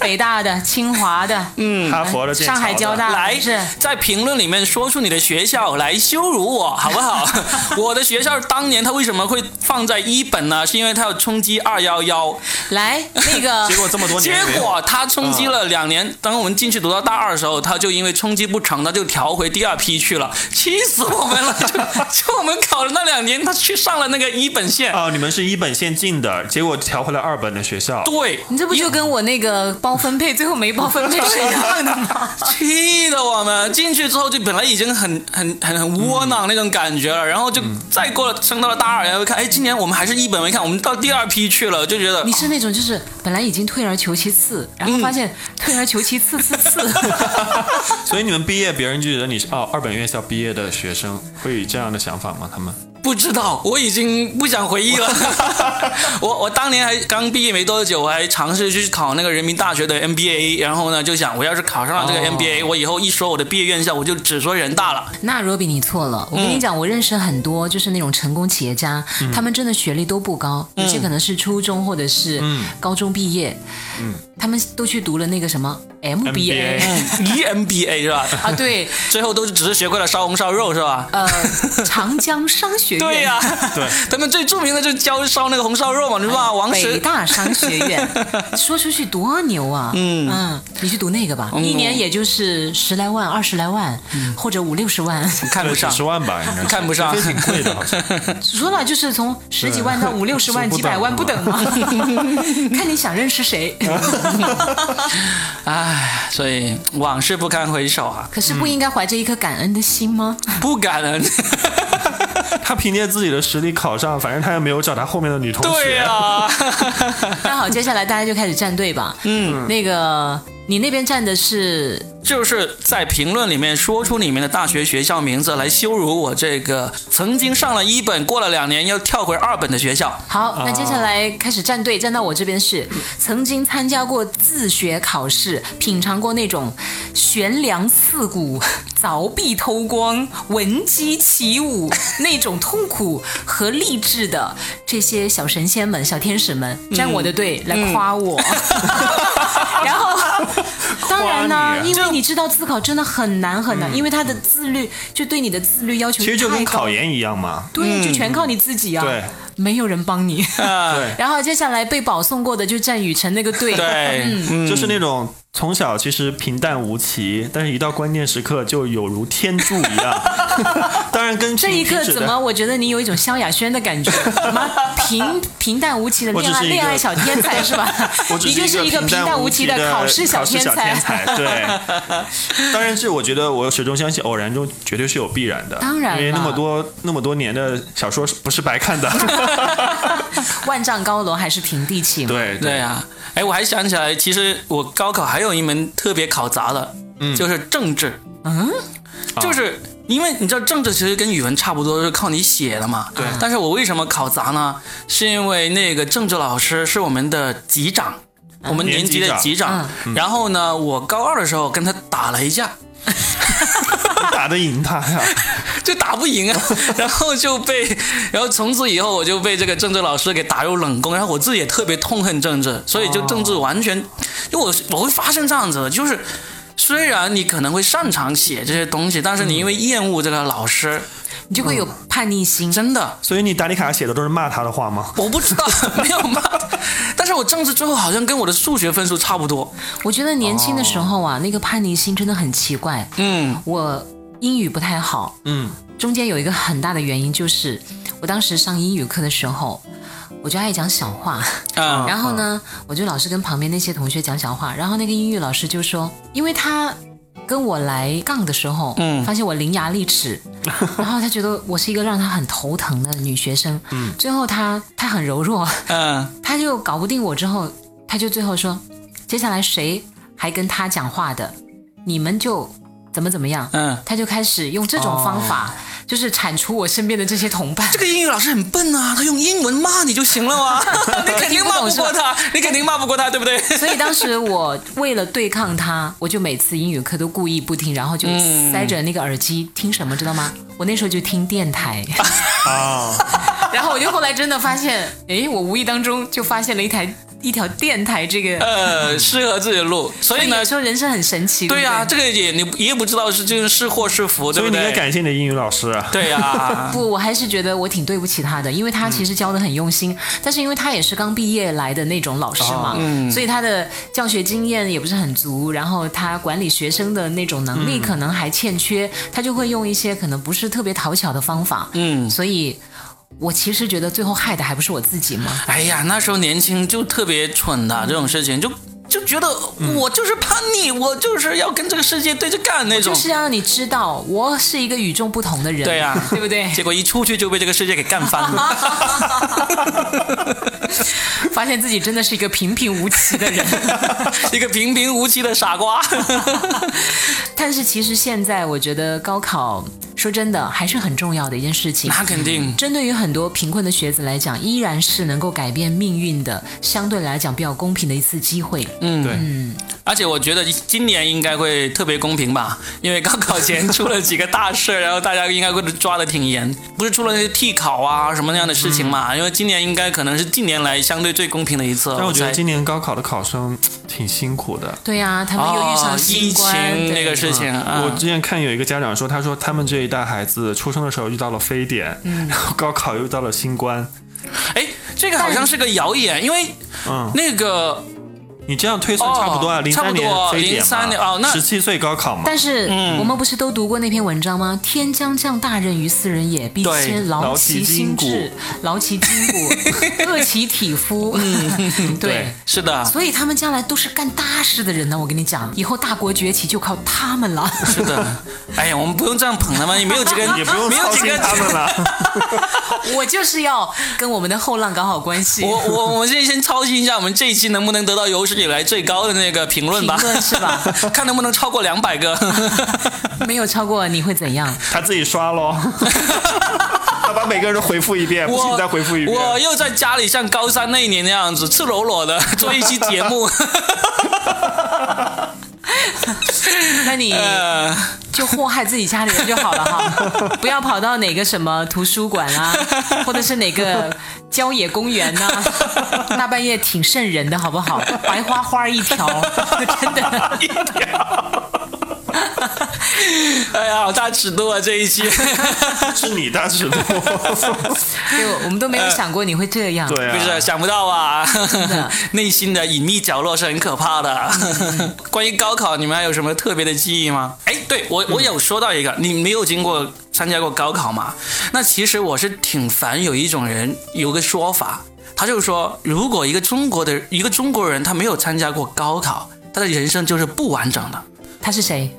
B: 北大的、清华的，嗯，
C: 哈佛的、剑桥
B: 上海
C: 的
B: 交大
A: 来
B: 是不是，
A: 在评论里面说出你的学校来羞辱我，好不好？ 我的学校当年它为什么会放在一本呢？是因为它要冲击二幺幺，
B: 来那个
C: 结果这么多
A: 结
C: 年没有，
A: 果它冲击了两年。当我们进去读到大二的时候，它就因为冲击不成，它就调回第二批去了，气死我 们了！就就我们考了那两年，它去上了那个一本线。
C: 啊，你们是一本线进的，结果调回了二本的学校。
A: 对，
B: 你这不就跟我那个包分配最后没包分配是一样的吗？
A: 气得我们进去之后就本来已经很很很很窝囊那种感觉了，然后就
C: 嗯
A: 再过了升到了大二，然后看，哎，今年我们还是一本没看，我们到第二批去了，就觉得
B: 你是那种就是本来已经退而求其次，然后发现退而求其次次 次，
C: 所以你们毕业，别人就觉得你是哦二本院校毕业的学生，会有这样的想法吗？他们
A: 不知道，我已经不想回忆 了。我我当年还刚毕业没多久，我还尝试去考那个人民大学的 MBA，然后呢就想，我要是考上了这个
B: 哦
A: MBA，、我以后一说我的毕业院校，我就只说人大 了。
B: 那 Robbie 你错了，我跟你讲，我认识很多就是那种成功企业家，他们真的学历都不高，有些可能是初中或者是高中毕业，他们都去读了那个什么 MBA
A: 一 MBA 是吧？
B: 啊，对，
A: 最后都只是学会了烧红烧肉是吧？
B: 呃，长江商学院，
A: 哎对呀、
C: 对，
A: 他们最著名的就是教烧那个红烧肉嘛，你知道吧？王
B: 北
A: 石。
B: 大商学 院，说出去多牛啊！嗯你去读那个吧，一年也就是十来万、二十来万，或者五六十万。
A: 看不上
C: 几，十万吧，应 该是
A: 看不上
C: 这挺贵的，好 像
B: 说了就是从十几万到五六十万、
C: 对
B: 几百万嗯不等 嘛，看你想认识 谁。
A: 唉，所以往事不堪回首啊，
B: 可是不应该怀着一颗感恩的心 吗？
A: 不感恩。
C: 他凭借自己的实力考上，反正他也没有找他后面的女同学。
A: 对呀、
B: 那好，接下来大家就开始站队吧。嗯，那个你那边站的是
A: 就是在评论里面说出你们的大学学校名字来羞辱我这个曾经上了一本，过了两年又跳回二本的学校。
B: 好，那接下来开始站队，站到我这边是曾经参加过自学考试，品尝过那种悬梁刺股、凿壁偷光、闻鸡起舞 那种痛苦和励志的这些小神仙们、小天使们站我的队、来夸我，然 后。当然呢，
C: 嗯夸你啊嗯
B: 因为你知道自考真的很难很难，因为他的自律就对你的自律要求
C: 其实就
B: 太
C: 跟
B: 高
C: 考研一样嘛。
B: 对，就全靠你自己啊，
C: 对
B: 没有人帮你。
A: 啊，
C: 对，
B: 然后接下来被保送过的就站雨辰那个队，
A: 对，嗯
C: 就是那种从小其实平淡无奇，但是一到关键时刻就有如天助 一样。当然跟
B: 这一
C: 平
B: 刻
C: 时的
B: 怎么？我觉得你有一种萧亚轩的感觉， 什么平平淡无奇的
C: 我只
B: 恋爱
C: 是一个？
B: 恋爱小天才是吧
C: 我只
B: 你就是
C: 一
B: 一个
C: 平
B: 平淡无
C: 无
B: 奇
C: 的
B: 考试小天
C: 天
B: 才。
C: 对， 当然是我觉得我始终相信偶然中绝对是有必然的，
B: 当然了
C: 因为那么多那么多年的小说是不是 白看的。
B: 万丈高楼还是平地起嘛。
C: 对
A: 对啊。哎，我还想起来，其实我高考还有一门特别考砸的，就是政治。嗯，就是因为你知道政治其实跟语文差不多，是靠你写的嘛。对。但是我为什么考砸呢？是因为那个政治老师是我们的级长，我们嗯年级的
C: 年级
A: 级长。嗯然后呢，我高二的时候跟他打了一架。
C: 打得赢他呀？
A: 就打不赢啊，然后就被，然后从此以后我就被这个政治老师给打入冷宫，然后我自己也特别痛恨政治，所以就政治完全，因为我我会发现这样子的，就是虽然你可能会擅长写这些东西，但是你因为厌恶这个老师，
B: 你就会
C: 嗯
B: 有叛逆心。
A: 真的
C: 所以你打理卡写的都是骂他的话吗？
A: 我不知道没有嘛， 但是我政治最后好像跟我的数学分数差不多，
B: 我觉得年轻的时候啊，那个叛逆心真的很奇怪。
A: 嗯
B: 我英语不太好，
C: 嗯，
B: 中间有一个很大的原因就是，我当时上英语课的时候，我就爱讲小话，
A: 啊、
B: 然后呢，我就老是跟旁边那些同学讲小话，然后那个英语老师就说，因为他。跟我来杠的时候，
A: 嗯
B: 发现我伶牙俐 齿，然后他觉得我是一个让他很头疼的女学生，嗯，最后他他很柔弱，
A: 嗯，
B: 他就搞不定我之后，他就最后说，接下来谁还跟他讲话的，你们就怎么怎么样。
A: 嗯哦
B: 他就开始用这种方法，就是铲除我身边的这些同伴。
A: 这个英语老师很笨啊，他用英文骂你就行了啊，你肯定骂不过他，你肯定骂不过他，对不对？
B: 所以当时我为了对抗他，我就每次英语课都故意不听，然后就塞着那个耳机、听什么，知道吗？我那时候就听电台，
C: 啊，
B: 然后我就后来真的发现，诶，我无意当中就发现了一台一条电台这个。
A: 呃，适合自己的路，所以呢
B: 有，时候人生很神奇，
A: 哎对啊
B: 呀、
A: 呀、这个也你也不知道是就是是祸是福，对
C: 所以
A: 不
C: 你也
A: 对？
C: 感谢你的英语老师啊。
A: 对呀、
B: 不，我还是觉得我挺对不起他的，因为他其实教的很用心，但是因为他也是刚毕业来的那种老师嘛，
A: 嗯
B: 所以他的教学经验也不是很足，然后他管理学生的那种
A: 嗯
B: 能力可能还欠缺，他就会用一些可能不是特别讨巧的方法，嗯，所以。我其实觉得最后害的还不是我自己嘛，
A: 哎呀，那时候年轻就特别蠢的这种事情，就就觉得我就是叛逆，我就是要跟这个世界对着干那
B: 就
A: 种。
B: 是要让你知道我是一个与众不同的人，
A: 对呀、
B: 对不对？
A: 结果一出去就被这个世界给干翻了。
B: 发现自己真的是一个平平无奇的人。
A: 一个平平无奇的傻瓜。
B: 但是其实现在我觉得高考。说真的，还是很重要的一件事情。
A: 那肯定。
B: 针对于很多贫困的学子来讲，依然是能够改变命运的，相对来讲比较公平的一次机会。嗯
C: 对，
A: 而且我觉得今年应该会特别公平吧， 因为高考前出了几个大事儿，然后大家应该会抓的挺严， 不是出了那些替考啊什么那样的事情嘛？因为今年应该可能是近年来相对最公平的一次了。
C: 嗯但我觉得
A: 猜
C: 今年高考的考生挺辛苦的。
B: 对呀、他们又遇上
A: 哦，疫
B: 新
A: 情
B: 冠、对
A: 那个事情，啊
C: 我之前看有一个家长说，他说他们这一代孩子出生的时候遇到了非典，
A: 嗯
C: 然后高考又遇到了新冠。
A: 哎，这个好像是个谣言，因为
C: 嗯，
A: 那个
C: 你这样推算差不多啊，
A: 哦
C: 零
A: 差
C: 三
A: 不多
C: 年非典
A: 03年哦那
C: 十七岁高考嘛，
B: 但是、我们不是都读过那篇文章吗？天将降大任于斯人也，必
A: 对
B: 先
C: 劳
B: 其
C: 其
B: 心
A: 嗯
C: 筋骨
B: 志，劳其 筋骨，饿其体肤。
A: 嗯
B: 对
C: 对。
A: 是的，
B: 所以他们将来都是干大事的人呢，我跟你讲，以后大国崛起就靠他们了。
A: 是 的。哎呀，我们不用这样捧他们，也没有几个人，
C: 也不用
A: 没有
C: 操
A: 几
C: 心
A: 个
C: 他们了。
B: 我就是要跟我们的后浪搞好关系。
A: 我我我们现在先操心一下，我们这一期能不能得到有史以来最高的那个评论吧？
B: 评论是吧？
A: 看能不能超过两百个。
B: 没有超过你会怎样？
C: 他自己刷喽， 他把每个人都回复一遍，不
A: 我
C: 信再回复一遍。
A: 我又在家里像高三那一年那样子赤裸裸的做一期节目，
B: 那你
A: 呃，
B: 就祸害自己家里人就好 了哈，不要跑到哪个什么图书馆啊，或者是哪个郊野公园呐、 大半夜挺瘆人的好不好？白花花一条，真的。
A: 哎呀，好大尺度啊这一期。
C: 是你大尺 度，
B: 就我们都
A: 呃
B: 没有想过你会这样。
C: 对啊，
A: 不是想不到吧
B: 的？
A: 内心的隐秘角落是很可怕的。 关于高考，你们还有什么特别的记忆吗？嗯哎，对我我有说到一个，你没有经过参加过高考嘛？那其实我是挺烦有一种人有个说法，他就说，如果一个中国的一个中国人他没有参加过高考，他的人生就是不完整 的。
B: 他是谁？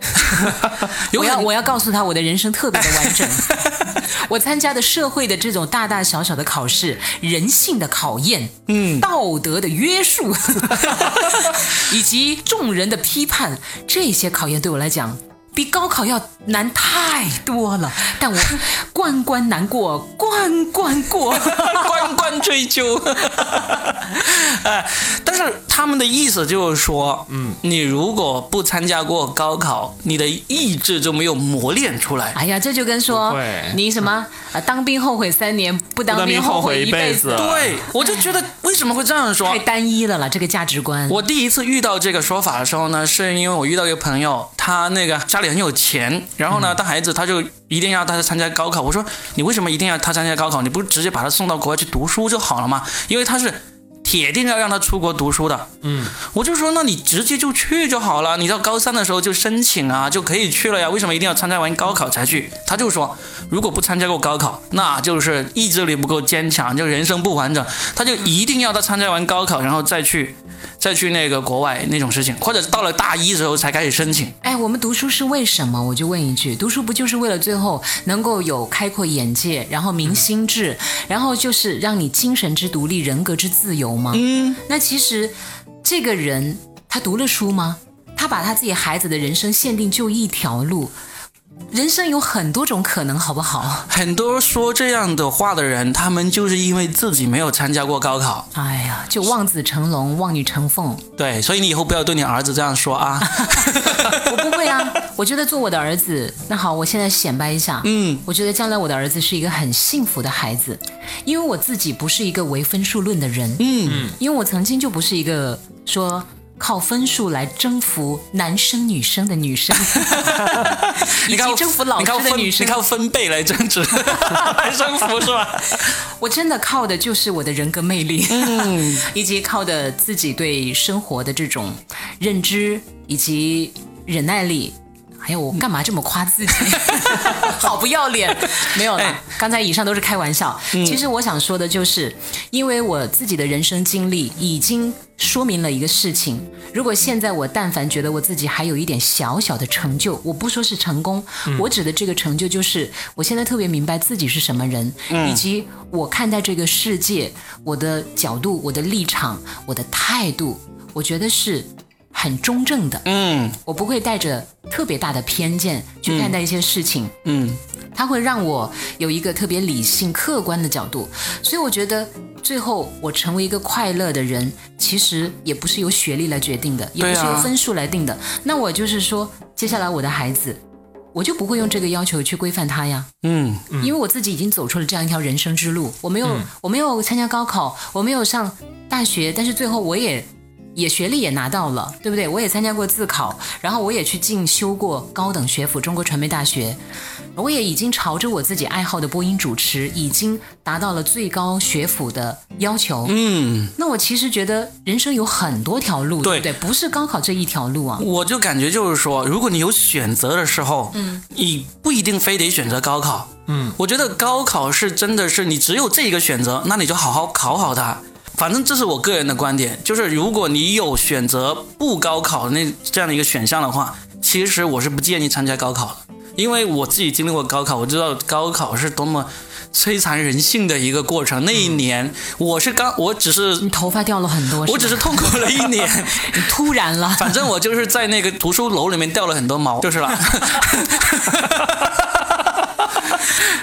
A: 有
B: 我要
A: 很
B: 我要告诉他，我的人生特别的 完整。我参加的社会的这种大大小小的考试，人性的考验，嗯，道德的约 束，以及众人的批判，这些考验对我来讲。比高考要难太多了，但我关关难过关关过。
A: 关关追究。哎，但是他们的意思就是说，嗯，你如果不参加过高考，你的意志就没有磨练出来。
B: 哎呀，这就跟说
C: 不会
B: 你什么啊，当兵后悔三年，不当
C: 当
B: 兵
C: 兵后
B: 悔
C: 悔
B: 辈
C: 一辈子
A: 对，我就觉得为什么会这样说
B: 太？单一了啦，这个价值观。
A: 我第一次遇到这个说法的时候呢，是因为我遇到一个朋友，他那个家里很有钱，然后呢，带孩子他就一定要他参加高考。我说你为什么一定要他参加高考？你不直接把他送到国外去读书就好了嘛？因为他是铁定要让他出国读书的。嗯，我就说那你直接就去就好了，你到高三的时候就申请啊，就可以去了呀。为什么一定要参加完高考才去？他就说如果不参加过高考，那就是意志力不够坚强，就人生不完整。他就一定要他参加完高考，然后再去。再去那个国外那种事情，或者是到了大一之后才开始申请。
B: 哎，我们读书是为什么？我就问一句，读书不就是为了最后能够有开阔眼界，然后明心智，然后就是让你精神之独立、人格之自由吗？嗯，那其实这个人他读了书吗？他把他自己孩子的人生限定就一条路，人生有很多种可能，好不好？
A: 很多说这样的话的人，他们就是因为自己没有参加过高考，
B: 哎呀，就望子成龙，望女成凤。
A: 对，所以你以后不要对你儿子这样说 啊。
B: 我不会啊，我觉得做我的儿子，那好，我现在显摆一下，嗯，我觉得将来我的儿子是一个很幸福的孩子，因为我自己不是一个唯分数论的人，嗯，因为我曾经就不是一个说。靠分数来征服男生女生的 女生，以
A: 你靠
B: 及征服老
A: 你靠
B: 师的
A: 分
B: 女
A: 你
B: 生，
A: 靠分贝来争执， 来征服是吧？
B: 我真的靠的就是我的人格魅力，
A: 嗯
B: 以及靠的自己对生活的这种认知以及忍耐力。还哎有我干嘛这么夸自己？ 好不要脸！没有啦
A: 哎，
B: 刚才以上都是开玩笑。其实我想说的就是，因为我自己的人生经历已经说明了一个事情：如果现在我但凡觉得我自己还有一点小小的成就，我不说是成功，我指的这个成就就是我现在特别明白自己是什么人，以及我看待这个世界，我的角度、我的立场、我的态度，我觉得是很中正的。
A: 嗯
B: 我不会带着特别大的偏见去看待一些事情。
A: 嗯，
B: 它会让我有一个特别理性、客观的角度。所以我觉得，最后我成为一个快乐的人，其实也不是由学历来决定的，也不
A: 对啊
B: 是由分数来定的。那我就是说，接下来我的孩子，我就不会用这个要求去规范他呀。
A: 嗯，
B: 因为我自己已经走出了这样一条人生之路，我没有，我没有参加高考，我没有上大学，但是最后我也也学历也拿到了，对不对？我也参加过自考，然后我也去进修过高等学府中国传媒大学，我也已经朝着我自己爱好的播音主持，已经达到了最高学府的要求。
A: 嗯，
B: 那我其实觉得人生有很多条路，对
A: 对
B: 不对？不是高考这一条路啊。
A: 我就感觉就是说，如果你有选择的时候，嗯，你不一定非得选择高考。
C: 嗯，
A: 我觉得高考是真的是你只有这一个选择，那你就好好考好它。反正这是我个人的观点，就是如果你有选择不高考那这样的一个选项的话，其实我是不建议参加高考的，因为我自己经历过高考，我知道高考是多么摧残人性的一个过程。那一年我是刚，我只是
B: 你头发掉了很多，
A: 我只是痛苦了一年，
B: 吧你突然 了，
A: 反正我就是在那个图书楼里面掉了很多 毛，就是了。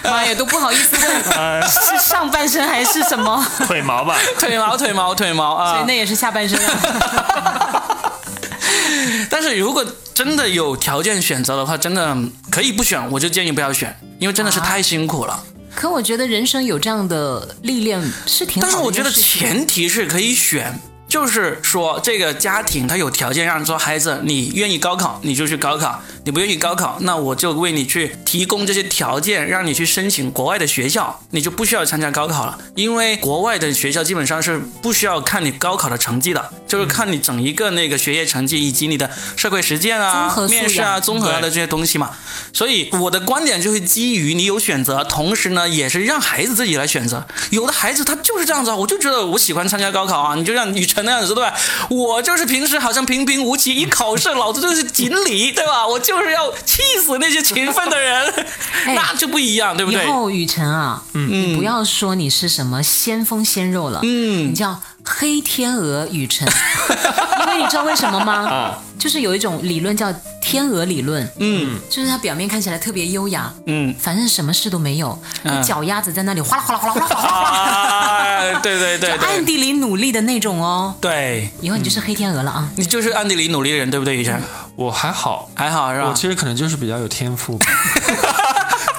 B: 妈呀，都不好意思 问
A: 哎
B: 是上半身还是什么，
C: 腿毛吧，
A: 腿毛，腿毛，腿毛
B: 所以
A: 啊！
B: 那也是下半身啊。
A: 但是如果真的有条件选择的话，真的可以不选，我就建议不要选，因为真的
B: 啊
A: 是太辛苦了。
B: 可我觉得人生有这样的历练是挺好
A: 但
B: 的
A: 是我觉得
B: 一件事情
A: 前提是可以选，就是说这个家庭他有条件让说孩子你愿意高考你就去高考，你不愿意高考，那我就为你去提供这些条件，让你去申请国外的学校，你就不需要参加高考了，因为国外的学校基本上是不需要看你高考的成绩的，就是看你整一个那个学业成绩以及你的社会实践
B: 综
A: 啊
B: 合、素养
A: 面试啊、综合的这些东西嘛。所以我的观点就是基于你有选择，同时呢也是让孩子自己来选择。有的孩子他就是这样子啊，我就觉得我喜欢参加高考啊，你就像雨辰那样子对吧？我就是平时好像平平无奇，一考试老子就是锦鲤对吧？我就是要气死那些勤奋的人， 那就不一样对不对嗯
B: 以？后雨辰啊，你不要说你是什么先锋鲜肉了，嗯，你叫黑天鹅雨 辰，因为你知道为什么
A: 啊
B: 吗？就是有一种理论叫天鹅理论，嗯，就是它表面看起来特别优雅，
A: 嗯，
B: 反正什么事都没有，
A: 嗯
B: 脚丫子在那里哗啦哗啦哗啦哗啦哗啦哗啦。
A: 啊，对对对
B: 就暗
A: 对
B: 地里努力的那种哦。
A: 对，
B: 以后你就是黑天鹅了啊！
A: 你就是暗地里努力的人对不对？雨辰
C: 我还好，
A: 还好是吧？
C: 我其实可能就是比较有天赋吧。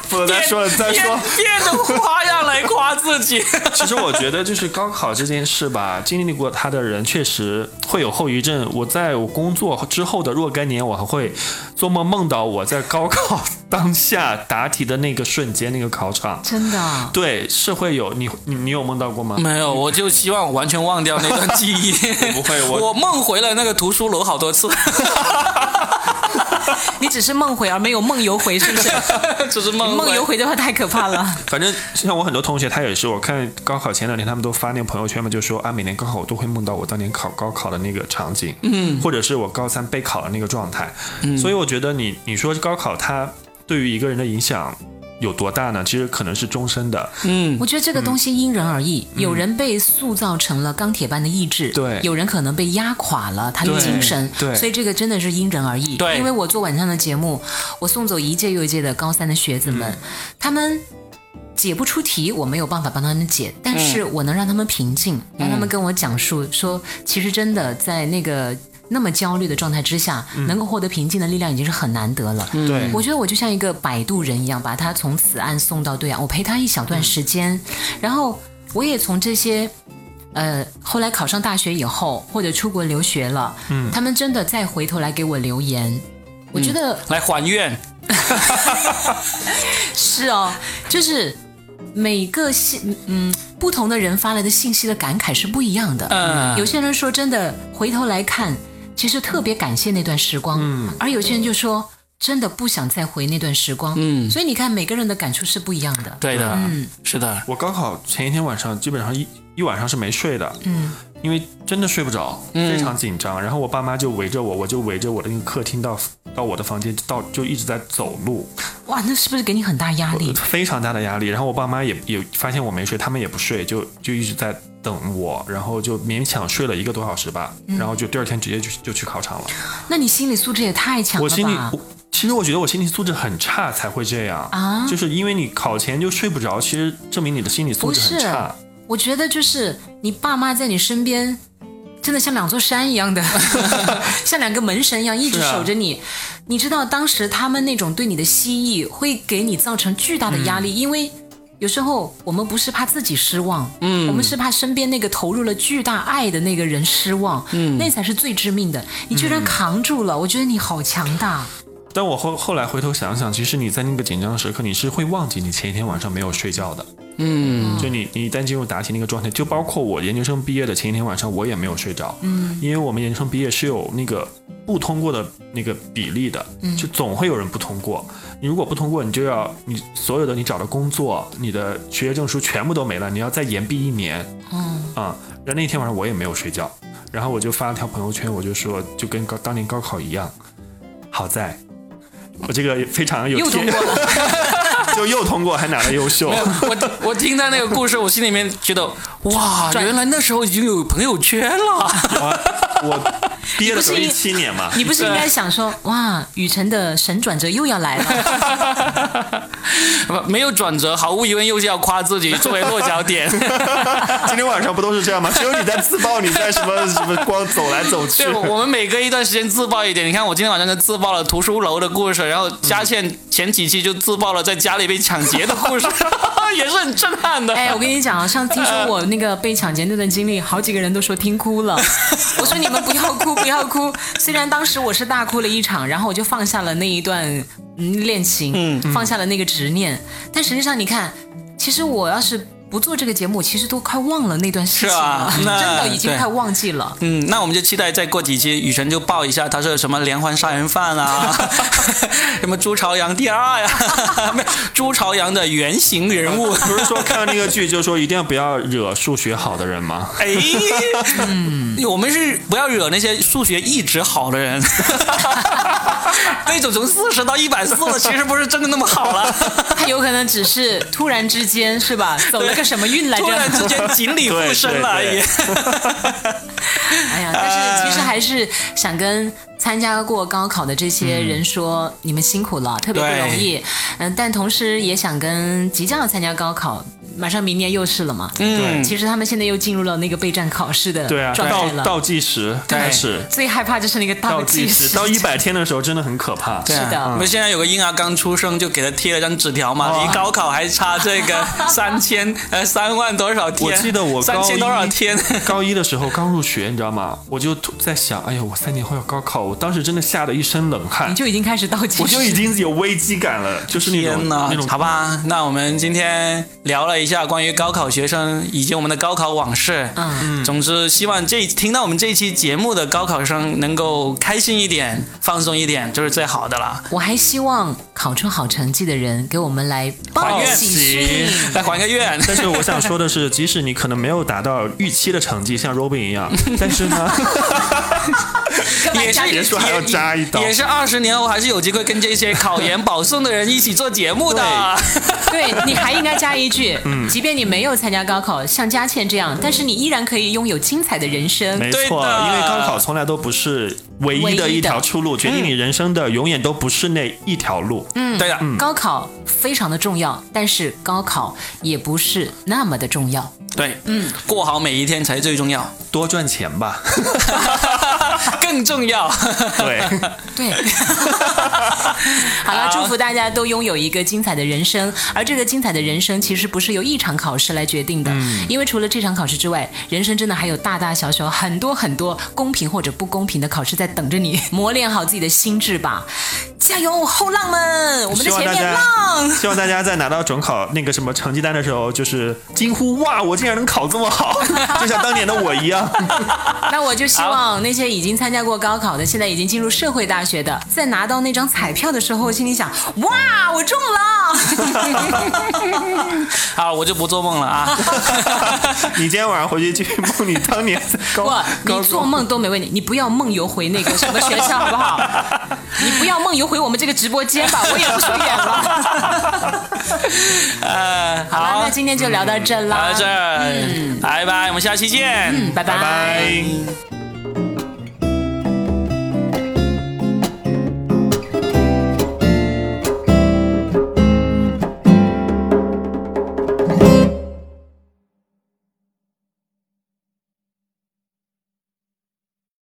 C: 不能再说了，再说。
A: 变着花样来夸自己。
C: 其实我觉得就是高考这件事吧，经历过它的人确实会有后遗症。我在我工作之后的若干年，我还会做梦梦到我在高考当下答题的那个瞬间，那个考场。
B: 真的啊，
C: 对，是会有你你你有梦到过吗？
A: 没有，我就希望我完全忘掉那段记忆。
C: 我不会我
A: 我梦回了那个图书楼好多次，
B: 你只是梦回而没有梦游回，是不是？
A: 只是
B: 你
A: 梦
B: 梦
A: 回
B: 游。回的话太可怕了。
C: 反正像我很多同学，他也是，我看高考前两天他们都发那个朋友圈嘛，就说啊，每年高考我都会梦到我当年考高考的那个场景，嗯，或者是我高三备考的那个状态，嗯，所以我觉得你你说高考它对于一个人的影响有多大呢？其实可能是终身的，
A: 嗯，
B: 我觉得这个东西因人而异，有人被塑造成了钢铁般的意志，
C: 对
B: 有人可能被压垮了他的
A: 对
B: 精神，
C: 对
B: 所以这个真的是因人而异。
A: 对
B: 因为我做晚上的节目，我送走一届又一届的高三的学子
A: 嗯
B: 们，他们。解不出题，我没有办法帮他们解，但是我能让他们平静，
A: 嗯
B: 让他们跟我讲述说，其实真的在那个那么焦虑的状态之下，
A: 嗯
B: 能够获得平静的力量已经是很难得了。
C: 对
B: 我觉得我就像一个摆渡人一样，把他从此岸送到对岸。我陪他一小段时间，然后我也从这些，呃，后来考上大学以后，或者出国留学了，嗯，他们真的再回头来给我留言，我觉得
A: 来还愿。
B: 是哦，就是每个信，嗯，不同的人发来的信息的感慨是不一样的。
A: 嗯
B: 有些人说真的，回头来看，其实特别感谢那段时光。嗯，而有些人就说真的不想再回那段时光。嗯，所以你看，每个人的感触是不一样的。
A: 对的，
B: 嗯
A: 是的，
C: 我高考前一天晚上基本上一一晚上是没睡的，嗯，因为真的睡不着，非常紧张。然后我爸妈就围着我，我就围着我的那个客厅到到我的房间到就一直在走路，
B: 哇，那是不是给你很大压力？
C: 非常大的压力。然后我爸妈也也发现我没睡，他们也不睡，就就一直在等我，然后就勉强睡了一个
B: 嗯
C: 多小时吧，然后就第二天直接就就去考场了。
B: 那你心理素质也太强了
C: 我
B: 吧？
C: 心里我其实我觉得我心理素质很差才会这样
B: 啊
C: 就是因为你考前就睡不着，其实证明你的心理素质很
B: 不是
C: 差。
B: 我觉得就是你爸妈在你身边，真的像两座山一样的，像两个门神一样一直守着你。你知道当时他们那种对你的希冀，会给你造成巨大的压力，因为。有时候我们不是怕自己失望，嗯，我们是怕身边那个投入了巨大爱的那个人失望，嗯，那才是最致命的。你居然扛住了，我觉得你好强大。
C: 但我后后来回头想想，其实你在那个紧张的时刻，你是会忘记你前一天晚上没有睡觉的。嗯，就你你一旦进入答题那个状态，就包括我研究生毕业的前一天晚上，我也没有睡着。嗯，因为我们研究生毕业是有那个不通过的那个比例的，就总会有人不通过。你如果不通过，你就要你所有的你找的工作、你的学业证书全部都没了，你要再延毕一年。
B: 嗯，
C: 啊、然后那天晚上我也没有睡觉，然后我就发了条朋友圈，我就说就跟高当年高考一样，好在，我这个非常 有
B: 又
C: 天
B: 通过了，
C: 就又通过，还拿了优秀
A: 没。有，我我听他那个故事，我心里面觉得，哇，
B: 转
A: 原来那时候已经有朋友圈 了。
C: 我毕业的时候
B: 你
C: 一
B: 不是
C: 七年嘛，
B: 你不是应该想说，哇，雨辰的神转折又要来了。
A: 不没有转折，毫无疑问又是要夸自己作为落脚点。
C: 今天晚上不都是这样吗？只有你在自曝，你在什么什么光走来走去
A: 对，。我我们每隔一段时间自曝一点。你看，我今天晚上就自曝了图书楼的故事，然后佳倩前几期就自曝了在家里被抢劫的故事， 也是很震撼的。
B: 哎，我跟你讲啊，上听说我那个被抢劫那段经历，好几个人都说听哭了。我说你们不要哭，不要哭。虽然当时我是大哭了一场，然后我就放下了那一段嗯恋情，
A: 嗯
B: 放下了那个执念。但实际上，你看，其实我要是。不做这个节目，其实都快忘了那段事情了，
A: 是啊
B: 真
A: 那
B: 的已经
A: 对
B: 快忘记了。
A: 嗯，那我们就期待再过几期，雨辰就报一下他是什么连环杀人犯啊， 什么朱朝阳第二呀、 没有朱朝阳的原型人物。
C: 不是说看那个剧就说一定要不要惹数学好的人吗？
A: 哎，嗯我们是不要惹那些数学一直好的 人，那种从四十到一百四的，其实不是真的那么好了，
B: 他有可能只是突然之间，是吧？走了个什么 运来着
A: 突？然之间锦鲤附身了而已
C: 对。
B: 哎呀，但是其实还是想跟参加过高考的这些人
C: 嗯
B: 说，你们辛苦了，特别不
A: 对
B: 容易。嗯，但同时也想跟即将要参加高考，马上明年又是了嘛。
A: 嗯
B: 其实他们现在又进入了那个备战考试的
C: 对啊，
B: 状态
C: 倒
B: 了。
C: 倒计时开始，
B: 最害怕就是那个倒
C: 倒计时
B: 时，
C: 到一百天的时候真的很可怕。
A: 对啊
B: 是的
A: 我们现在有个婴儿刚出生，就给他贴了张纸条嘛，离高考还差这个三千 呃三万多少天？
C: 我记得我
A: 三
C: 高
A: 千多少
C: 一
A: 天？
C: 高一的时候刚入学，你知道吗？我就突在想，哎呀，我三年后要高考，我当时真的吓得一身冷汗
B: 你，就已经开始倒计时，
C: 我就已经有危机感了，就是那种
A: 天呐，
C: 那种
A: 好吧，那我们今天聊了一下关于高考学生以及我们的高考往事。
B: 嗯，
A: 总之希望这听到我们这期节目的高考生能够开心一点、放松一点，就是最好的啦。
B: 我还希望考出好成绩的人给我们来
A: 还
B: 报
A: 愿
B: 喜讯。
A: 来哎还个愿。
C: 但 是我想说的是，即使你可能没有达到预期的成绩，像 Robin 一 样，但是呢，
A: 也是
C: 别说还要扎一刀
A: 也是二十年后还是有机会跟这些考研保送的人一起做节目的。
B: 对，你还应该加一句，
C: 嗯
B: 即便你没有参加高考，像佳倩这样，但是你依然可以拥有精彩的人生。
C: 没
A: 对
C: 错，
A: 的
C: 因为高考从来都不是唯一的一条出路，决定你人生的永远都不是那一条路。嗯，
A: 对的，
B: 高考非常的重要，但是高考也不是那么的重要。
A: 对，嗯，过好每一天才最重要，
C: 多赚钱 吧。
A: 更重要。
C: 对，
B: 对， 好了，祝福大家都拥有一个精彩的人生。而这个精彩的人生其实不是由一场考试来决定的，
C: 嗯
B: 因为除了这场考试之外，人生真的还有大大小小很多很多公平或者不公平的考试在等着你。磨练好自己的心智吧，加油，后浪们！我们
C: 希
B: 的
C: 望
B: 前
C: 大
B: 面
C: 家
B: 浪。
C: 希望大家在拿到准考那个什么成绩单的时候，就是惊呼哇，我竟然能考这么好， 就像当年的我一样。
B: 那我就希望那些已经参加过高考的，现在已经进入社会大学的，在拿到那张彩票的时候，心里想：哇，我中了！
A: 好，我就不做梦了啊。
C: 你今天晚上回去去梦你当年在高
B: 不，
C: 高
B: 你做梦都没问题，你不要梦游回那个什么学校，好不好？ 你不要梦游回我们这个直播间吧，我也不说远了。
A: 呃，
B: 好了，
A: 好
B: 那，今天就聊到这啦，
A: 到这儿，拜拜，我们下期见。
B: 嗯，拜
C: 拜拜。